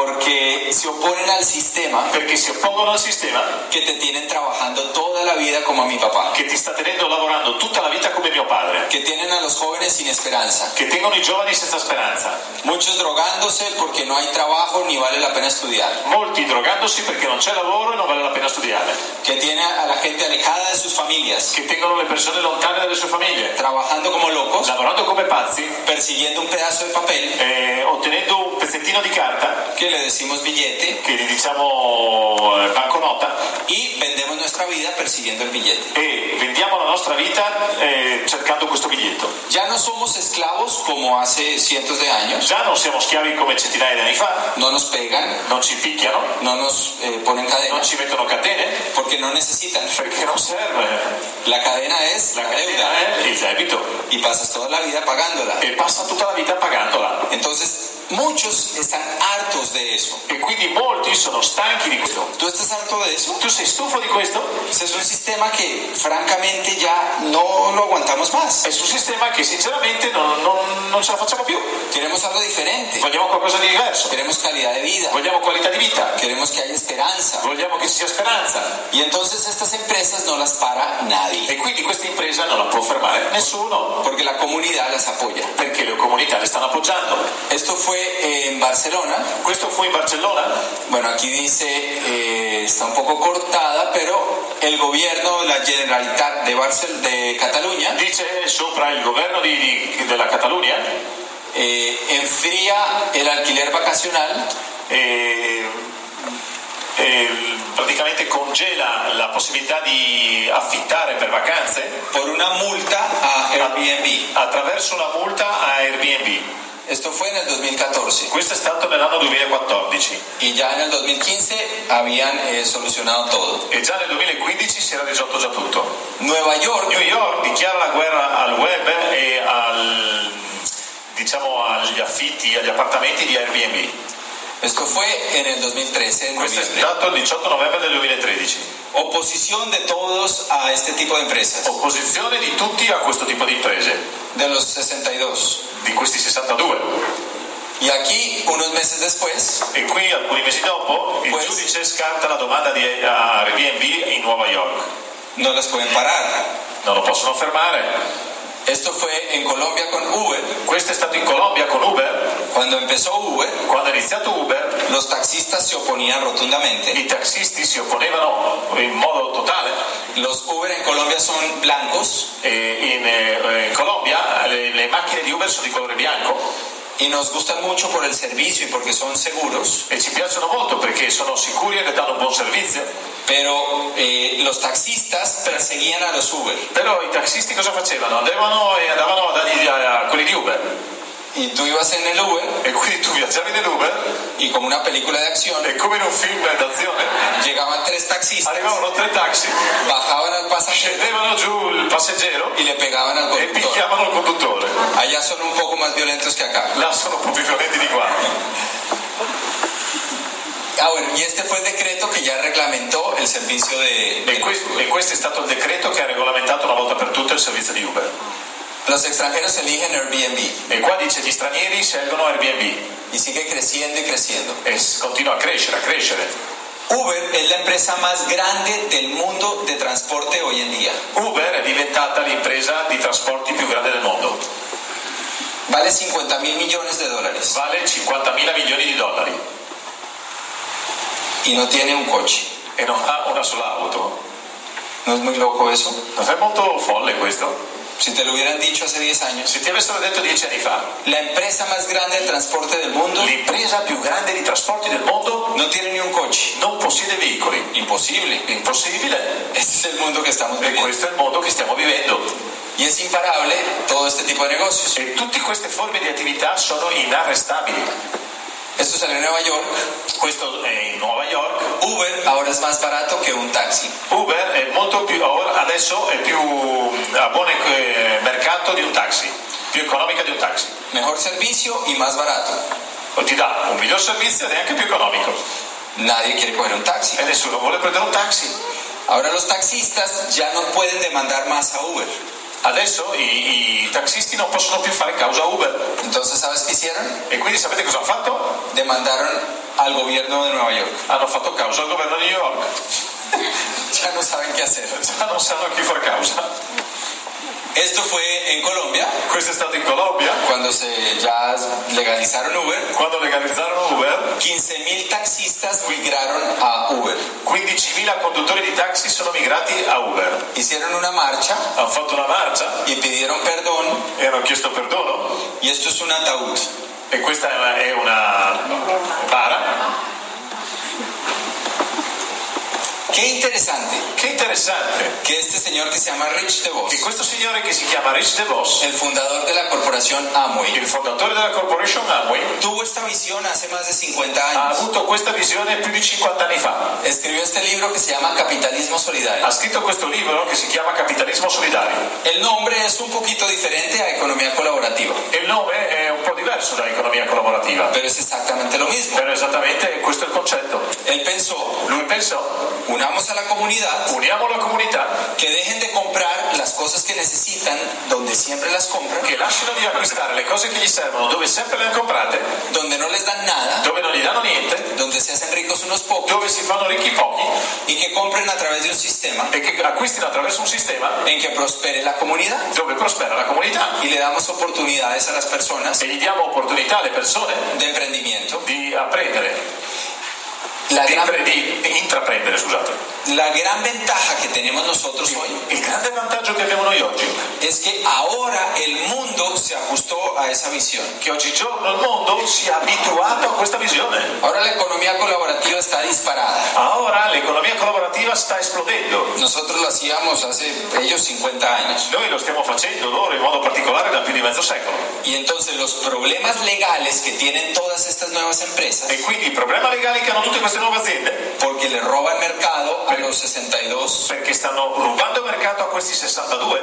porque se oponen al sistema perché si oppongono al sistema que te tienen trabajando toda la vida como a mi papá, che ti sta tenendo lavorando tutta la vita come mio padre, que tienen a los jóvenes sin esperanza, che tengono i giovani senza speranza. muchos drogándose porque no hay trabajo ni vale la pena estudiar, Molti drogandosi perché non c'è lavoro e non vale la pena studiare, que tiene a la gente alejada de sus familias, che tengono le persone lontane dalle sue famiglie, trabajando como locos, lavorando come pazzi, persiguiendo un pedazo de papel eh, ottenendo un pezzettino di carta que le decimos billete che gli diciamo eh, banconota y vendemos nuestra vida persiguiendo el billete. e vendiamo la nostra vita eh, cercando questo biglietto. Ya no somos esclavos como hace cientos de años, Già non siamo schiavi come centinaia di anni fa, no nos pegan, non ci picchiano, no nos eh, ponen non cadenas ci mettono catene porque no necesitan. perché non serve. La cadena es La eh, la deuda. catena è il debito y pasas toda la vida pagándola. e passa tutta la vita pagandola. Entonces, muchos están hartos de eso. E quindi molti sono stanchi di questo. ¿Tú estás harto de eso? Tu sei stufo di questo? Ese es un sistema que francamente ya no lo aguantamos más. È su un sistema che sinceramente non, non- non ce la facciamo più. Queremos algo diferente. Vogliamo qualcosa di diverso. Queremos calidad de vida. Vogliamo qualità di vita. Queremos que haya esperanza. Vogliamo che ci sia speranza. Y entonces estas empresas no las para nadie. E quindi questa impresa non la può fermare nessuno Porque la comunidad las apoya. perché le comunità le stanno appoggiando. Esto fue eh, en Barcelona. Questo fu in Barcellona. Bueno, aquí dice, eh, está un poco cortada, pero el gobierno, la Generalitat de, Barcel de Cataluña, Dice eh, sopra il governo di- di- della Catalunya Eh, enfría el alquiler vacacional e, e praticamente congela la possibilità di affittare per vacanze por una multa a Airbnb. attraverso una multa a Airbnb. Esto fue en el 2014 Questo è stato nell'anno 2014. y ya en el 2015 habían eh, solucionado todo. E già nel 2015 si era risolto già tutto. Nueva New York York dichiara la guerra al web e al, diciamo, agli affitti, agli appartamenti di Airbnb. esto fue en el 2013. en Questo è noviembre. stato il 18 novembre del 2013. Oposición de todos a este tipo de empresas, Opposizione di tutti a questo tipo di imprese, de los 62. di questi 62. Y aquí, unos meses después, E qui alcuni mesi dopo il Questo. giudice scarta la domanda di a Airbnb in Nuova York. no las pueden parar. Non lo possono fermare. Esto fue en Colombia con Uber taxista è stato in Colombia con Uber, Cuando empezó Uber, quando è iniziato Uber los taxistas se oponían rotundamente. i taxisti si opponevano in modo totale. Los Uber en Colombia son blancos E in eh, eh, Colombia le, le macchine di Uber sono di colore bianco y nos gustan mucho por el servicio y porque son seguros, e ci piacciono molto perché sono sicuri e danno un buon servizio. pero eh, los taxistas perseguían a los Uber. Però i taxisti cosa facevano? Andavano e andavano a, dargli, eh, a, a quelli di Uber Y tú ibas en el Uber e quindi tu viaggiavi nell'Uber y como una película de acción, e come in un film d'azione llegaban tres taxistas, arrivavano tre taxi, bajaban al pasajero scendevano giù il passeggero y le pegaban al e conductor. picchiavano il conduttore. Allá son un poco más violentos que acá. Là sono un po' più violenti di qua. Ah, bueno, y este fue el decreto que ya reglamentó el servicio de... E, que- e questo è stato il decreto che ha regolamentato una volta per tutte il servizio di Uber. Los extranjeros eligen Airbnb. E qua dice gli stranieri scelgono Airbnb y sigue creciendo y creciendo. e s- continua a crescere, a crescere. Uber es la empresa más grande del mundo de transporte hoy en día. Uber è diventata l'impresa di trasporti più grande del mondo, Vale 50 mil millones de dólares vale 50 mila milioni di dollari. y no tiene un coche. e non ha una sola auto. ¿No es muy loco eso? Non è molto folle questo? Si te lo hubieran dicho hace 10 años. Se ti avessero detto dieci anni fa, La empresa más grande de transporte del mundo l'impresa più grande di trasporti del mondo no tiene ni un coche. non possiede veicoli. Imposible. Impossibile. Este es el mundo que estamos E viviendo. questo è il mondo che stiamo vivendo. Y es imparable todo este tipo de negocios. E tutte queste forme di attività sono inarrestabili. Esto salió en Nueva York. Questo è in Nuova York. Uber ahora es más barato que un taxi. Uber è molto più, ora- adesso è più a buon eh, mercato di un taxi, più economica di un taxi. Mejor servicio y más barato. O ti dà un miglior servizio ed è anche più economico. Nadie quiere coger un taxi. E nessuno vuole prendere un taxi. Ahora los taxistas ya no pueden demandar más a Uber. Adesso i, i taxisti non possono più fare causa a Uber Entonces, ¿sabes qué hicieron? e quindi sapete cosa hanno fatto? Demandaron al gobierno de Nueva York. Hanno fatto causa al governo di New York, Ya no saben qué hacer. già non sanno a chi far causa. Esto fue en Colombia, Questo è stato in Colombia, cuando se ya legalizaron Uber. quando legalizzarono Uber, 15.000 taxistas migraron a Uber. 15.000 conduttori di taxi sono migrati a Uber. Hicieron una marcha Hanno fatto una marcia y pidieron perdón. e hanno chiesto perdono Y esto es un ataúd. e questa è una, è una bara. Qué interesante Che interessante que este señor que se llama Rich DeVos, che questo signore che si chiama Rich DeVos, el fundador de la corporación Amway, il fondatore della Corporation Amway, tuvo esta visión hace más de 50 ha años. avuto questa visione più di 50 anni fa. escribió este libro que se llama Capitalismo Solidario. ha scritto questo libro che si chiama Capitalismo Solidario El nombre es un poquito diferente a Economía Colaborativa, e il nome è un po' diverso da economia collaborativa, pero es exactamente lo mismo. però esattamente questo è il concetto. Él pensó, Lui pensò, unamos a la comunidad, uniamo la comunità que dejen de comprar las cosas que necesitan donde siempre las compran, che lasciano di acquistare le cose che gli servono dove sempre le hanno comprate, donde no les dan nada, dove non gli danno niente, donde se hacen ricos unos pocos, dove si fanno ricchi pochi y que compren a través de un sistema e che acquistino attraverso un sistema en que prospere la comunidad. dove prospera la comunità Y le damos oportunidades a las personas e gli diamo opportunità alle persone de emprendimiento. di apprendere, La di, gran, impre- di- di intraprendere, scusate. la gran ventaja que tenemos nosotros hoy Il grande vantaggio che abbiamo noi oggi es que ahora el mundo se ajustó a esa visión. è che oggigiorno il mondo si è abituato a questa visione. Ahora la economía colaborativa está disparada. Ora l'economia collaborativa sta esplodendo. Nosotros lo hacíamos hace ellos 50 años. Noi lo stiamo facendo loro in modo particolare da più di mezzo secolo. Y entonces los problemas legales que tienen todas estas nuevas empresas, E quindi il problema legale che hanno tutte queste nuove aziende porque le roban mercado a los 62. perché cioè, stanno rubando mercato a questi 62.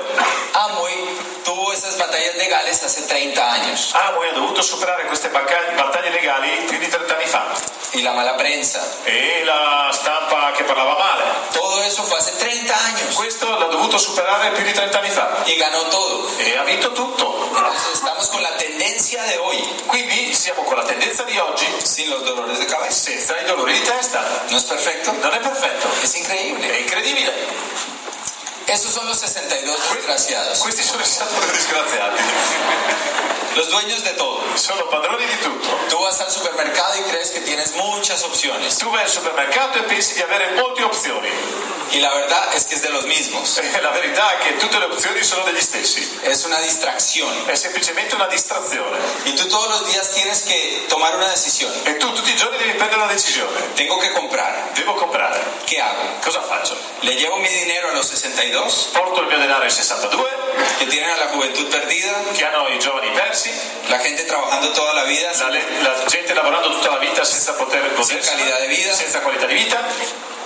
Amway tuvo esas batallas legales hace 30 años. Amway ha Ah, dovuto superare queste bacca- battaglie legali più di 30 anni fa. Y la mala prensa. E la stampa che parlava male. Todo eso fue hace 30 años. Questo l'ha dovuto superare più di 30 anni fa. Y ganó todo. E ha vinto tutto. Entonces estamos con la tendencia de hoy, Quindi siamo con la tendenza di oggi sin los dolores de cabeza. senza i dolori di testa. No es perfecto, Non è perfetto. es increíble. È incredibile. Esos son los 62 desgraciados, Questi sono i 62 disgraziati, los dueños de todo. sono padroni di tutto. Tú vas al supermercado y crees que tienes muchas opciones Tu vai al supermercato e pensi di avere molte opzioni. y la verdad es que es de los mismos. E La verità è che tutte le opzioni sono degli stessi. Es una distracción È semplicemente una distrazione. y tú todos los días tienes que tomar una decisión. E tu tutti i giorni devi prendere una decisione. Tengo que comprar. Devo comprare. ¿Qué hago? Cosa faccio? ¿Le llevo mi dinero a los 62 Porto il mio denaro ai 62, que tienen a la juventud perdida, che hanno i giovani persi, la gente trabajando toda la vida? la, le- la gente lavorando tutta la vita senza poter godere qualità di vita. senza qualità di vita,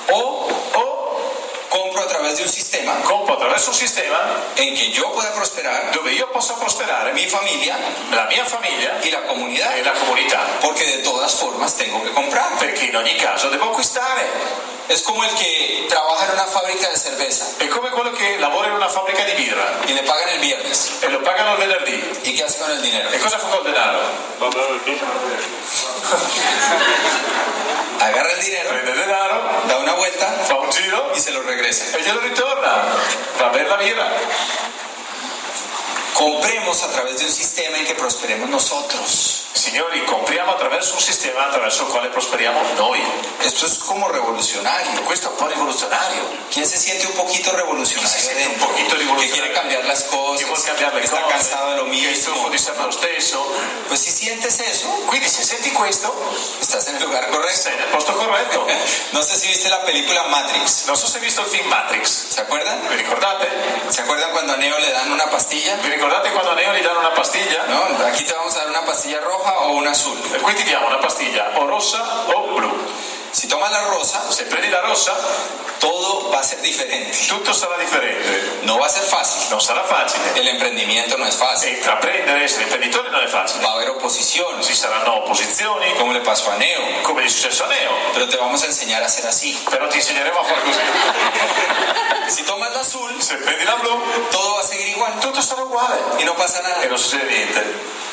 ¿O o compro a través de un sistema compro attraverso un sistema en que yo pueda prosperar, dove io possa prosperare mi familia la mia famiglia y la comunidad? e la comunità, Porque de todas formas tengo que comprar. perché in ogni caso devo acquistare. Es como el que trabaja en una fábrica de cerveza È come quello che lavora in una fabbrica di birra y le pagan el viernes. e lo pagano il venerdì. ¿Y qué hace con el dinero? E cosa fa col denaro? Agarra el dinero, Prende il denaro, da una vuelta fa un giro y se lo regresa. e glielo ritorna. Va bene la birra. Compremos a través de un sistema en que prosperemos nosotros. Signori, compriamo attraverso un sistema attraverso il quale prosperiamo noi. Esto es como revolucionario. Questo è un po' rivoluzionario. ¿Quién se siente un poquito ¿Quién revolucionario? se siente un dentro? poquito que revolucionario? quiere cambiar las Che cosas, vuol cambiare le que está cose, cansado de lo che è stufo mismo. di sempre lo stesso. Pues si sientes eso, Quindi se senti questo, estás en el lugar correcto. sei nel posto corretto. No sé si viste la película Matrix. Non so se hai visto il film Matrix. ¿Se acuerdan? Vi ricordate? ¿Se acuerdan cuando a Neo le dan una pastilla? Vi ricordate quando a Neo gli danno una pastiglia? No, aquí te vamos a dar una pastilla roja o una azul. E qui ti diamo una pastiglia o rossa o blu. Si tomas la rosa, Se prendi la rossa, todo va a ser diferente. tutto sarà differente. No va a ser fácil. Non sarà facile. El emprendimiento no es fácil. E intraprendere, essere imprenditore non è facile. Va a haber oposición, Ci saranno opposizioni, como le pasó a Neo. come è successo a Neo. Pero te vamos a enseñar a ser así. Però ti insegneremo a fare così. Si tomas la azul, Se prendi la blu, todo va a seguir igual tutto sarà uguale. y no pasa E nada. non succede niente.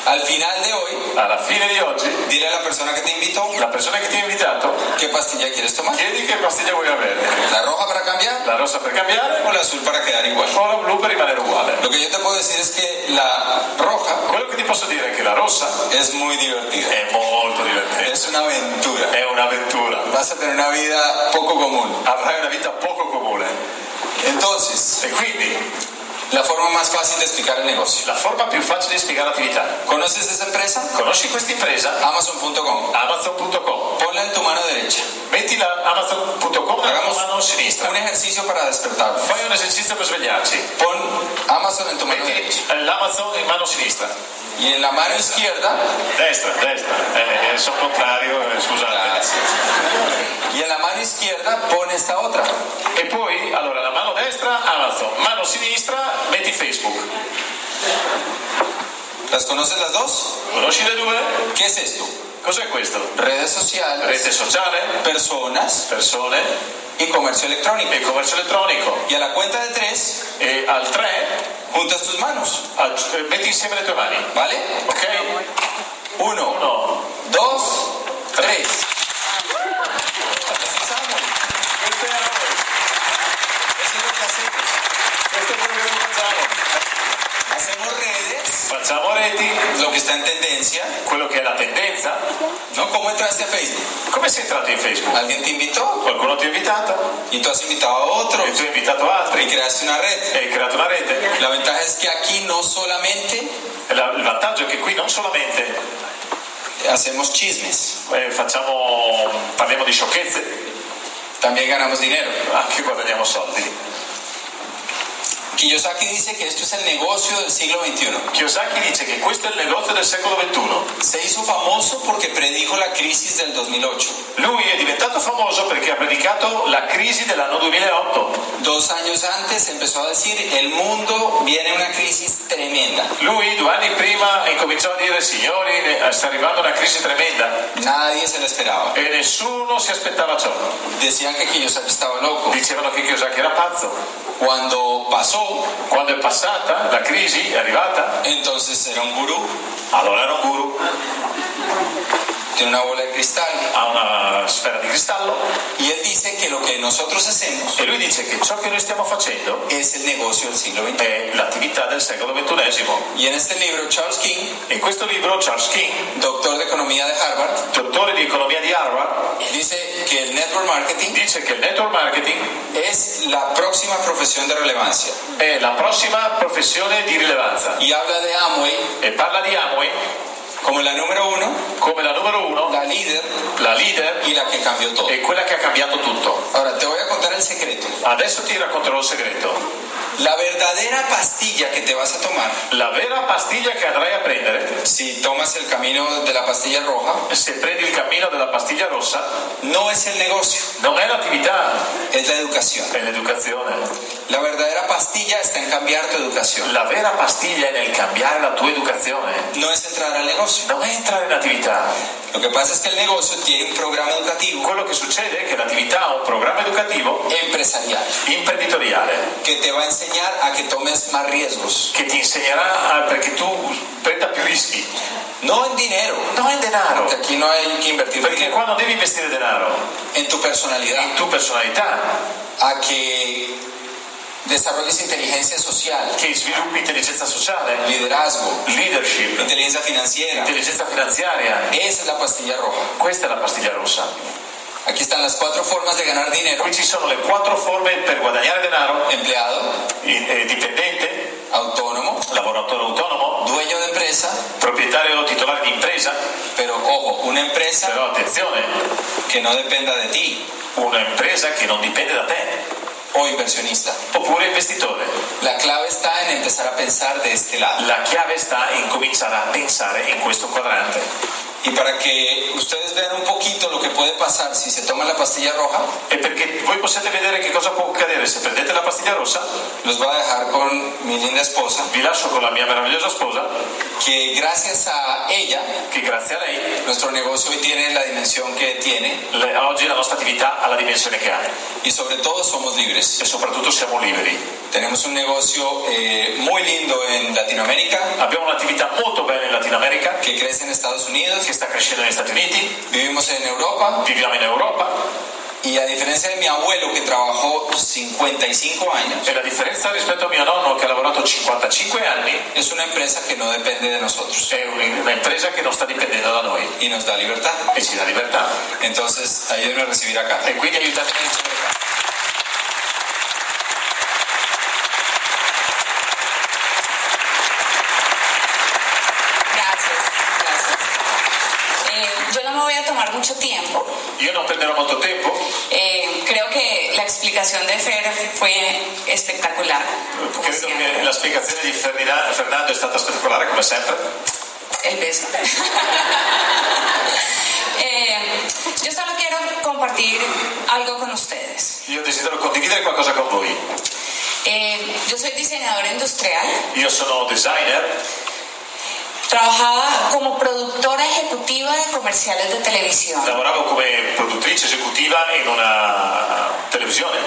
Al final de hoy, Alla fine di oggi, dile a la persona que te invitó la persona che ti ha invitato, qué pastilla quieres tomar. chiedi che pastiglia vuoi avere. La roja para cambiar La rossa per cambiare o la azul para quedar igual. o la blu per rimanere uguale. Lo que yo te puedo decir es que la roja Quello che ti posso dire è che la rossa es muy divertida. è molto divertente. Es una aventura. È un'avventura. Vas a tener una vida poco común. Avrai una vita poco comune. Entonces, E quindi la forma más fácil de explicar el negocio. la forma più facile di spiegare l'attività. ¿Conoces esa empresa? Conosci questa impresa? Amazon.com. Amazon.com. Ponla en tu mano derecha. Mettila Amazon.com nella tua mano sinistra. Un ejercicio para despertar. Fai un esercizio per svegliarci. Pon Amazon en tu mano derecha. Metti l'Amazon in mano sinistra. Y en la mano izquierda, Destra, destra. Eh, eh, sono contrario, eh, scusate. y en la mano izquierda pon esta otra. E poi, allora, la mano destra Amazon, mano sinistra metti Facebook. ¿Las conoces las dos? Conosci le due? ¿Qué es esto? Cos'è questo? Redes sociales, Rete sociale, personas persone y comercio electrónico. e commercio elettronico. Y a la cuenta de tres, E al 3 juntas tus manos, aggi- eh, metti insieme le tue mani. ¿vale? Ok? Uno, Uno. dos, tres. Así saben. Questo è noi. Eso es lo que hacemos. Questo è quello che noi facciamo. Hacemos redes, Facciamo reti, lo que está en tendencia, quello che è la tendenza. ¿no? ¿Cómo entraste a Facebook? Come sei entrato in Facebook? Alguien te invitó Qualcuno ti ha invitato y tú has invitado a otro e tu hai invitato altri y creaste una red. e hai creato una rete. La ventaja es que aquí no solamente La- il vantaggio è che qui non solamente hacemos chismes, eh, facciamo, parliamo di sciocchezze, también ganamos dinero. anche guadagniamo soldi. Kiyosaki dice que esto es el negocio del siglo XXI. Kiyosaki dice che questo è il negozio del secolo XXI. Se hizo famoso porque predijo la crisis del 2008. Lui è diventato famoso perché ha predicato la crisi dell'anno 2008. Dos años antes empezó a decir, el mundo viene una crisis tremenda, Lui due anni prima incominciò a dire signori ne- sta arrivando una crisi tremenda nadie se lo esperaba. e nessuno si aspettava ciò. Decían que Kiyosaki estaba loco. Dicevano che Kiyosaki era pazzo. Cuando pasó, Quando è passata la crisi, è arrivata, entonces era un gurú. allora era un guru. tiene una bola de cristal ha una sfera di cristallo y él dice que lo que nosotros hacemos e lui dice che ciò che noi stiamo facendo es el negocio del siglo XXI. è l'attività del secolo XXI. Y en este libro, Charles King, In questo libro Charles King, doctor de economía de Harvard, dottore di economia di Harvard, dice que el network marketing dice che il network marketing es la próxima profesión de relevancia. è la prossima professione di rilevanza Y habla de Amway e parla di Amway como la número uno, come la numero uno, la líder la leader y la que cambió todo. e quella che ha cambiato tutto. Ahora, te voy a contar el secreto. Adesso ti racconterò un segreto. La verdadera pastilla que te vas a tomar, La vera pastiglia che andrai a prendere, si tomas el camino de la pastilla roja, se prendi il cammino della pastiglia rossa, no es el negocio, non è l'attività, es la educación. è l'educazione. La verdadera pastilla está en cambiar tu educación. La vera pastiglia è nel cambiare la tua educazione. No es entrar al negocio. non entra in attività. Lo que pasa es que el negocio tiene un programa educativo Quello che succede è che l'attività ha un programma educativo empresarial imprenditoriale que te va a enseñar a que tomes más riesgos. che ti insegnerà a- perché tu prenda più rischi. No en dinero, Non in denaro, porque aquí no hay que invertir perché dinero. qua non devi investire denaro, En tu personalidad, in tu personalità, a que desarrolles inteligencia social, che sviluppi intelligenza sociale, liderazgo, leadership, inteligencia financiera. intelligenza finanziaria. Esa es la pastilla roja. Questa è la pastiglia rossa. Aquí están las cuatro formas de ganar dinero. Qui ci sono le quattro forme per guadagnare denaro, Empleado, i- eh, dipendente, autónomo, lavoratore autonomo, dueño de empresa, proprietario o titolare di impresa, pero ojo, una empresa però attenzione, que no dependa de ti un'impresa che non dipende da te. o inversionista. oppure investitore. La clave está en empezar a pensar de este lado. La chiave sta in cominciare a pensare in questo quadrante. Y para que ustedes vean un poquito lo que puede pasar si se toma la pastilla roja, E perché voi possiate vedere che cosa può accadere se prendete la pastiglia rossa, los voy a dejar con mi linda esposa, vi lascio con la mia meravigliosa sposa, que gracias a ella, che grazie a lei nuestro negocio hoy tiene la dimensión que tiene le- oggi la nostra attività ha la dimensione che ha y sobre todo somos libres. e soprattutto siamo liberi. Tenemos un negocio eh, muy lindo en Latinoamérica, Abbiamo un'attività molto bella in Latino America que crece en Estados Unidos, che sta crescendo negli Stati Uniti, vivimos en Europa viviamo in Europa y a diferencia de mi abuelo que trabajó 55 años, e la differenza rispetto a mio nonno che ha lavorato 55 anni es una empresa que no depende de nosotros è un- un'impresa che non sta dipendendo da noi y nos da libertad. e ci dà libertà. Entonces, ayúdenme a recibir acá. E quindi aiutate Gracias, gracias. Eh, yo no me voy a tomar mucho tiempo. Io non prenderò molto tempo, Eh, creo que la explicación de Fer fue espectacular. como credo siempre. che la spiegazione di Ferdina- Fernando è stata spettacolare come sempre. El beso. Eh, yo solo quiero compartir algo con ustedes. Io desidero condividere qualcosa con voi. Eh, yo soy diseñadora industrial. Io sono designer, Trabajaba como productora ejecutiva de comerciales de televisión. lavoravo come produttrice esecutiva in una televisione,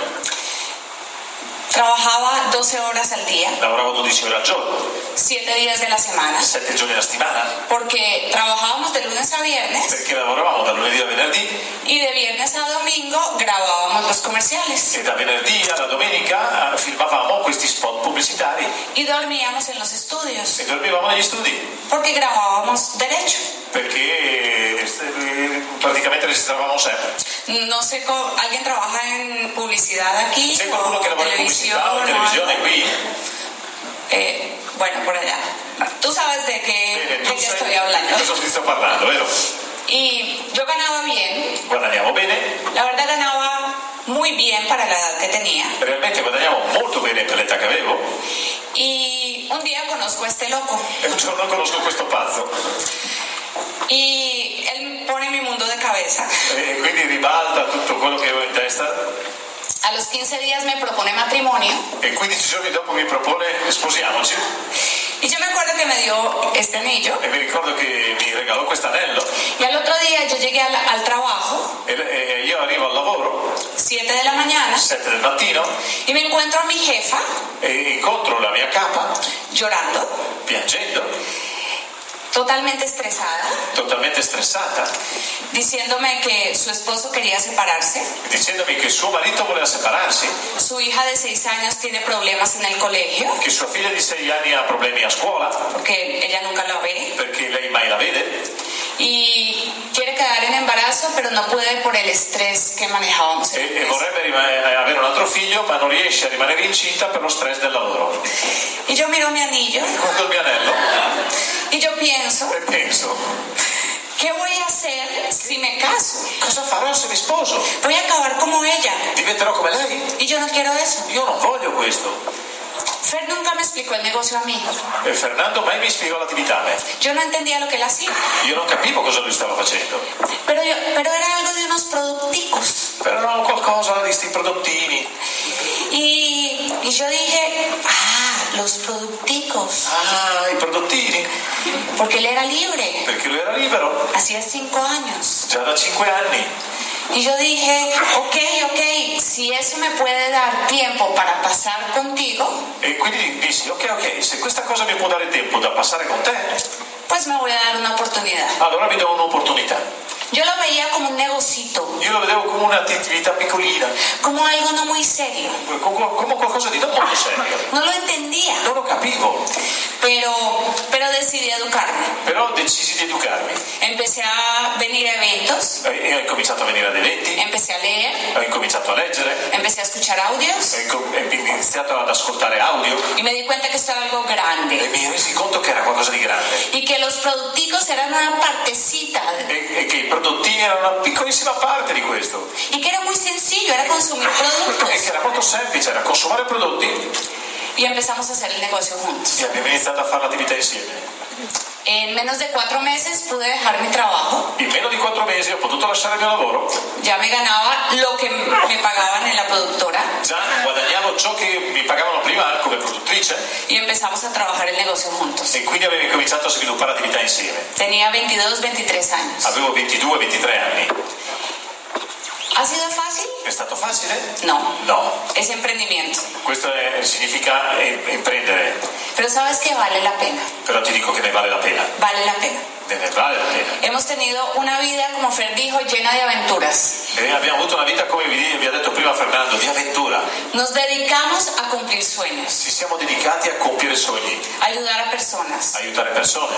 Trabajaba 12 horas al día, lavoravo 12 ore al giorno, 7 días de la semana. 7 giorni alla settimana, porque trabajábamos de lunes a viernes perché lavoravamo da lunedì a venerdì y de viernes a domingo grabábamos los comerciales e da venerdì alla domenica eh, filmavamo questi spot pubblicitari y dormíamos en los estudios e dormivamo negli studi porque grabábamos derecho. perché eh, praticamente registravamo sempre. No sé, cómo- ¿alguien trabaja en publicidad aquí? C'è qualcuno che lavora in pubblicità o in o algo? televisione qui? Eh, bueno, por allá. Tú sabes de qué, Bene, de tu qué sai estoy di hablando. cosa ti sto parlando, vero? Y yo ganaba bien, Guadagniamo bene, la verdad ganaba muy bien para la edad que tenía. realmente guadagniamo molto bene per l'età che avevo. Y un día conozco a este loco E un giorno conosco questo pazzo y él pone mi mundo de cabeza. e quindi ribalta tutto quello che avevo in testa. A los 15 días me propone matrimonio E 15 giorni dopo mi propone sposiamoci y yo me acuerdo que me dio este anillo e mi ricordo che mi regalò quest'anello. y al otro día yo llegué al, al trabajo, E, e io arrivo al lavoro 7 de la mañana, 7 del mattino y me encuentro a mi jefa e incontro la mia capa llorando, piangendo, totalmente estresada, totalmente veramente stressata diciéndome que su esposo quería separarse, dicendomi che suo marito voleva separarsi, su hija de seis años tiene problemas en el colegio, che sua figlia di 6 anni ha problemi a scuola porque ella nunca la ve, perché lei mai la vede y quiere quedar en embarazo, pero no puede por el estrés que manejábamos. e, e vorrebbe rima- eh, avere un altro figlio ma non riesce a rimanere incinta per lo stress del lavoro. Y yo miro mi anillo Guardo il mio anello y yo pienso, e penso, ¿qué voy a hacer si me caso? cosa farò se mi sposo? Voy a acabar como ella Diventerò come lei? y yo no quiero eso. Io non voglio questo. Fer nunca me explicó el negocio a mí. E Fernando mai mi spiegò l'attività a me. Yo no entendía lo que él hacía, Io non capivo cosa lui stava facendo, pero, yo- pero era algo de unos producticos. però era qualcosa di sti prodottini. Y, y yo dije, ah, los producticos, Ah, i prodottini. porque él era libre, Perché lui era libero, hacía cinco años. già da 5 anni. Y yo dije, ok, ok, si eso me puede dar tiempo para pasar contigo, E quindi dissi, ok, ok, se questa cosa mi può dare tempo da passare con te, pues me voy a dar una oportunidad. allora mi do un'opportunità. Yo lo veía como un negocito, Io lo vedevo come un'attività piccolina, como algo no muy serio. co- co- come qualcosa di non molto serio. No lo entendía, Non lo capivo, pero, pero decidí educarme. però decisi di educarmi. Eh, Empecé a venir a eventos, E e ho incominciato a venire ad eventi, empecé a leer, ho incominciato a leggere, empecé a escuchar audios ho inco- e ho iniziato ad ascoltare audio y me di cuenta que esto era algo e grande mi resi conto che era qualcosa di grande y que los producticos eran una partecita e, e che i prodottini erano una piccolissima parte di questo y que era muy sencillo, era consumir e productos che era molto semplice, era consumare prodotti e y empezamos a hacer el negocio juntos. abbiamo iniziato a fare l'attività insieme. En menos de cuatro meses pude dejar mi trabajo, In meno di quattro mesi ho potuto lasciare il mio lavoro, ya me ganaba lo que me pagaban en la productora già guadagnavo ciò che mi pagavano prima come produttrice y empezamos a trabajar el negocio juntos. e quindi avevo cominciato a sviluppare attività insieme. Tenía 22, 23 años. Avevo 22-23 anni. ¿Ha sido fácil? È stato facile? No, No, es emprendimiento. questo è- significa em- imprendere, Pero sabes que vale la pena, però ti dico che ne vale la pena, vale la pena. ne ne vale la pena. Hemos tenido una vida, como Fer dijo, llena de aventuras. E abbiamo avuto una vita, come vi, di- vi ha detto prima Fernando, di avventura. Nos dedicamos a cumplir sueños, Ci siamo dedicati a compiere sogni, a ayudar a personas, a aiutare persone,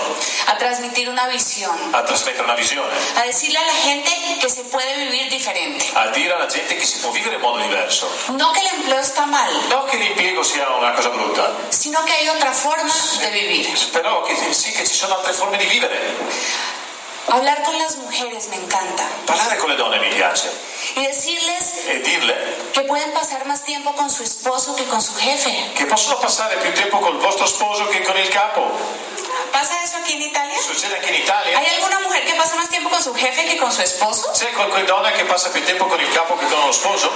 a transmitir una visión, a trasmettere una visione, a decirle a la gente que se puede vivir diferente. a dire alla gente che si può vivere in modo diverso. No que el empleo está mal, Non che l'impiego sia una cosa brutta, sino que hay otra forma de vivir. Però che, sì che ci sono altre forme di vivere. Hablar con las mujeres me encanta Parlare con le donne mi piace y decirles e dirle que pueden pasar más tiempo con su esposo que con su jefe. che possono passare più tempo col vostro sposo che con il capo. ¿Pasa eso aquí en Italia? Succede anche in Italia. ¿Hay alguna mujer que pasa más tiempo con su jefe que con su esposo? C'è qualche donna che passa più tempo con il capo che con lo sposo?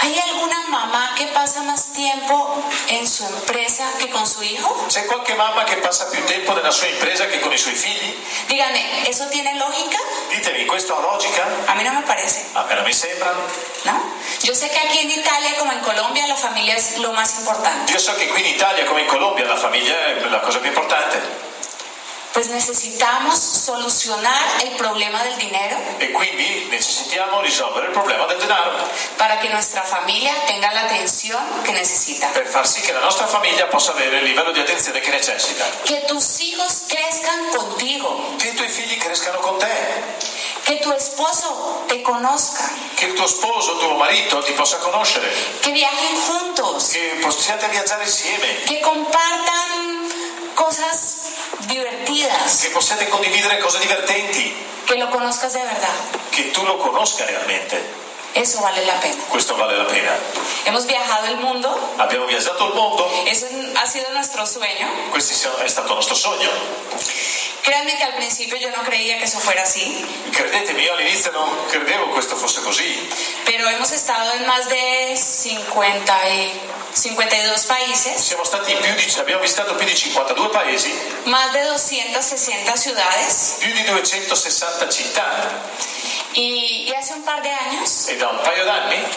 ¿Hay alguna mamá que pasa más tiempo en su empresa que con su hijo? C'è qualche mamma che passa più tempo nella sua impresa che con i suoi figli? Díganme, ¿eso tiene lógica? Ditemi, questo ha logica? A mí no me parece, A me non mi sembra. ¿no? Yo sé que aquí en Italia, como en Colombia, la familia es lo más importante. Io so che qui in Italia, come in Colombia, la famiglia è la cosa più importante. Pues necesitamos solucionar el problema del dinero E quindi necessitiamo risolvere il problema del denaro para que nuestra familia tenga la atención que necesita. per far sì che la nostra famiglia possa avere il livello di attenzione che necessita. Que tus hijos crezcan contigo, Che i tuoi figli crescano con te, que tu esposo te conozca, che il tuo sposo, tuo marito ti possa conoscere, que viajen juntos. che possiate viaggiare insieme, que compartan cosas divertidas, che possiate condividere cose divertenti, que lo conozcas de verdad. che tu lo conosca realmente. Eso vale la pena. Questo vale la pena. Hemos viajado el mundo, Abbiamo viaggiato il mondo, eso es- ha sido nuestro sueño. questo sia- è stato il nostro sogno. Créanme que al principio yo no creía que eso fuera así, Credetemi, io all'inizio non credevo questo fosse così, pero hemos estado en más de 50 y 52 países, siamo stati in più di, abbiamo visitato più di 52 paesi, más de 260 ciudades più di 260 città y, y hace un par de años e da un paio d'anni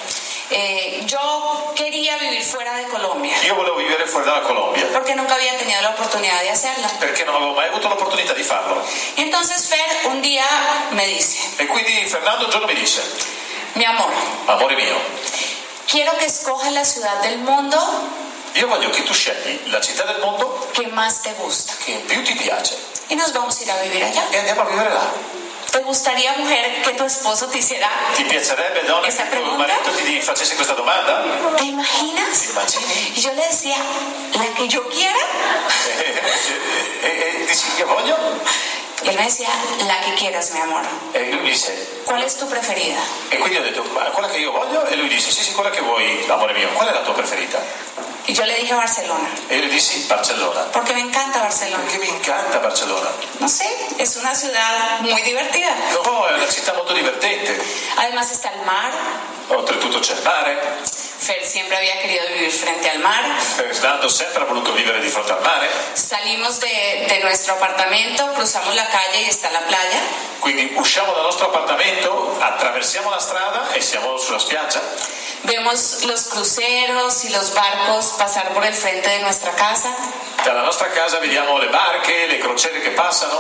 Eh, yo quería vivir fuera de Colombia Io volevo vivere fuori dalla Colombia porque nunca había tenido la oportunidad de hacerlo. perché non avevo mai avuto l'opportunità di farlo. Entonces Fer un día me dice, E quindi Fernando un giorno mi dice, mi amor, amore mio, quiero que escojas la ciudad del mundo io voglio che tu scegli la città del mondo que más te gusta che più ti piace y nos vamos a ir a vivir allá. e andiamo a vivere là. ¿Te gustaría, mujer, que tu esposo te hiciera? Ti piacerebbe, donna, Questa che tuo pregunta? marito ti di- facesse questa domanda? ¿Te imaginas? Ti immagini? Y yo le decía, la que yo quiera. E, e- e dici che voglio? Y él me decía, la que quieras, mi amor. E lui dice, ¿Cuál es tu preferida? e quindi ho detto, ma quella che io voglio? E lui dice, sì, sì, quella che vuoi, amore mio, qual è la tua preferita? Y yo le dije Barcelona, E io gli dissi Barcellona, porque me encanta Barcelona. perché mi incanta Barcellona. No sé, es una ciudad muy divertida. Oh, è una città molto divertente, Además está el mar. oltretutto c'è il mare, Fer siempre había querido vivir frente al mar. Fernando sempre ha voluto vivere di fronte al mare, Salimos de, de nuestro apartamento, cruzamos la calle y está la playa. quindi usciamo dal nostro appartamento, attraversiamo la strada e siamo sulla spiaggia. Vemos los cruceros y los barcos pasar por el frente de nuestra casa. Dalla nostra casa vediamo le barche, le crociere che passano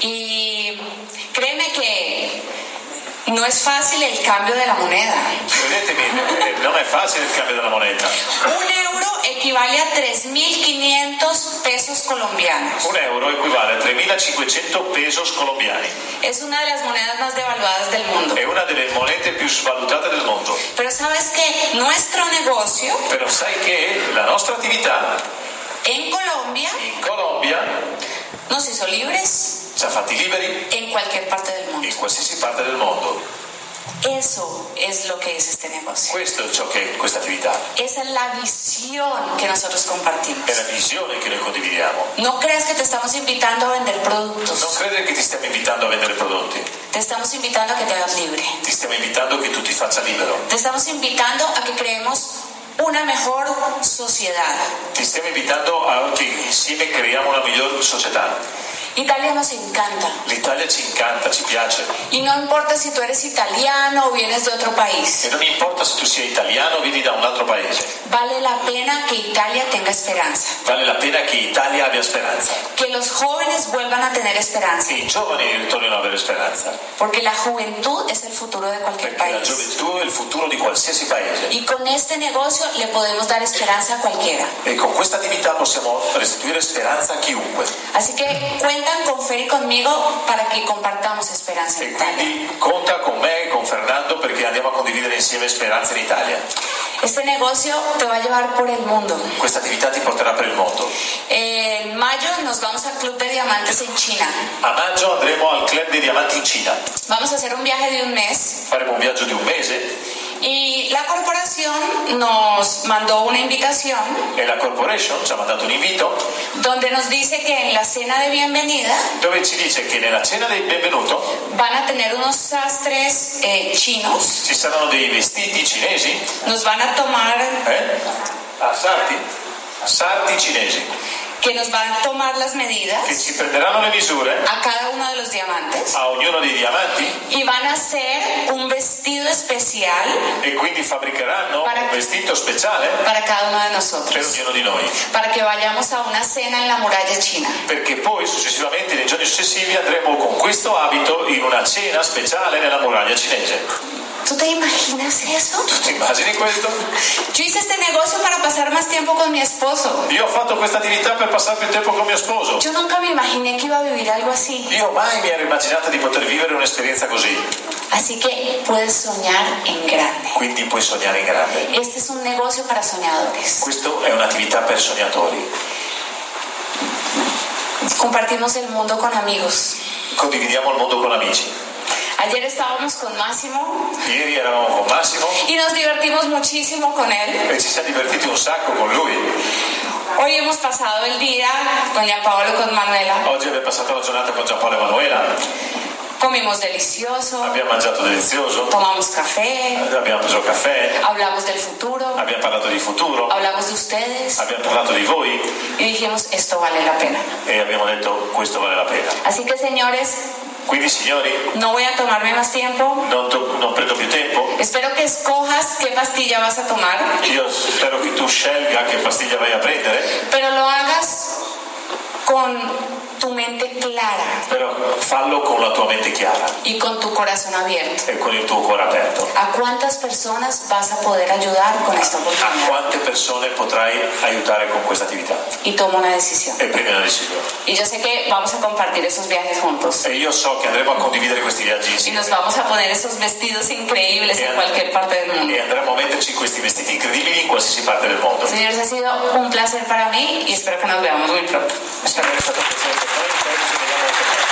Y créeme que no es fácil el cambio de la moneda. Credetemi, eh, non è facile il cambio della moneta. Un euro equivale a 3.500 pesos colombianos. Un euro equivale a 3.500 pesos colombiani. Es una de las monedas más devaluadas del mundo. È una delle monete più svalutate del mondo. Pero sabes que nuestro negocio Però sai che la nostra attività en Colombia in Colombia nos hizo libres ci ha fatti liberi en cualquier parte del mundo. in qualsiasi parte del mondo. Eso es lo que es este negocio. Questo è ciò che è questa attività. Esa es la visión que nosotros compartimos. È la visione che noi condividiamo. No creas que te estamos invitando a vender Non productos. credere che ti stiamo invitando a vendere prodotti, Te estamos invitando a que te hagas libre. ti stiamo invitando che tu ti faccia libero, Te estamos invitando a que creemos una mejor sociedad. ti stiamo invitando a che insieme creiamo una miglior società. Italia nos encanta. L'Italia ci incanta, ci piace Y no importa si tú eres italiano o vienes de otro e país. non importa se tu sia italiano o vieni da un altro paese, Vale la pena que Italia tenga esperanza. vale la pena che Italia abbia speranza, Que los jóvenes vuelvan a tener esperanza. che i giovani ritornino ad avere speranza, Porque la juventud es el futuro de cualquier perché la país. gioventù è il futuro di qualsiasi paese Y con este negocio le podemos dar esperanza a cualquiera. e con questa attività possiamo restituire speranza a chiunque. Así que cuentan con Fer y conmigo para que compartamos esperanza E en Italia. quindi conta con me e con Fernando perché andiamo a condividere insieme speranza in Italia. Este negocio te va a llevar por el mundo. Questa attività ti porterà per il mondo. Eh, En mayo nos vamos al Club de Diamantes en China. A maggio andremo al Club dei Diamanti in Cina. Vamos a hacer un viaje de un mes Faremo un viaggio di un mese y la corporación nos mandó una invitación e la Corporation ci ha mandato un invito donde nos dice que en la cena de bienvenida dove ci dice che nella cena del benvenuto van a tener unos sastres eh, chinos, ci saranno dei vestiti cinesi, nos van a tomar, eh? Sarti? Sarti cinesi, que nos van a tomar las che medidas ci prenderanno le misure a cada uno de los diamantes a ognuno dei diamanti y van a hacer un vestido especial e quindi fabbricheranno un vestito speciale para cada uno de per nosotros, ognuno di noi. para que vayamos a una cena en la muralla china. Perché poi successivamente, nei giorni successivi, andremo con questo abito in una cena speciale nella muraglia cinese. ¿Tú te imaginas eso? Tu immagini questo? Yo hice este negocio para pasar más tiempo con mi esposo. Io ho fatto questa attività per passare più tempo con mio sposo. Yo nunca me imaginé que iba a vivir algo así. Io mai mi ero immaginata di poter vivere un'esperienza così. Así que puedes soñar en grande. Quindi puoi sognare in grande. Este es un negocio para soñadores. Questo è un'attività per sognatori. Compartimos el mundo con amigos. Condividiamo il mondo con amici. Ayer estábamos con Máximo Ieri eravamo con Massimo y nos divertimos muchísimo con él. e ci siamo divertiti un sacco con lui. Hoy hemos pasado el día, doña Paolo con Manuela. Oggi abbiamo passato la giornata con Giampaolo e Emanuela. Comimos delicioso, Abbiamo mangiato delizioso, tomamos café, abbiamo preso caffè, hablamos del futuro, abbiamo parlato di futuro, hablamos de ustedes abbiamo parlato di voi y dijimos, esto vale la pena. e abbiamo detto questo vale la pena. Así que señores, Quindi signori, No voy a tomarme más tiempo. non, to- non prendo più tempo. Espero que escojas qué pastilla vas a tomar, Io spero che tu scelga che pastiglia vai a prendere, pero lo hagas con tu mente clara però fallo con la tua mente chiara y con tu corazón abierto. e con il tuo cuore aperto. ¿A cuántas personas vas a poder ayudar con esta A oportunidad? quante persone potrai aiutare con questa attività? Y toma una decisión. E prendi una decisione. Y yo sé que vamos a compartir esos viajes juntos. E io so che andremo a condividere questi viaggi Y insieme nos vamos a poner esos vestidos increíbles en cualquier parte del mundo. e andremo a metterci questi vestiti incredibili in qualsiasi parte del mondo. Señores, ha sido un placer para mí y espero que nos veamos muy pronto. È stato un piacere per noi, spero che ci vediamo anche presto.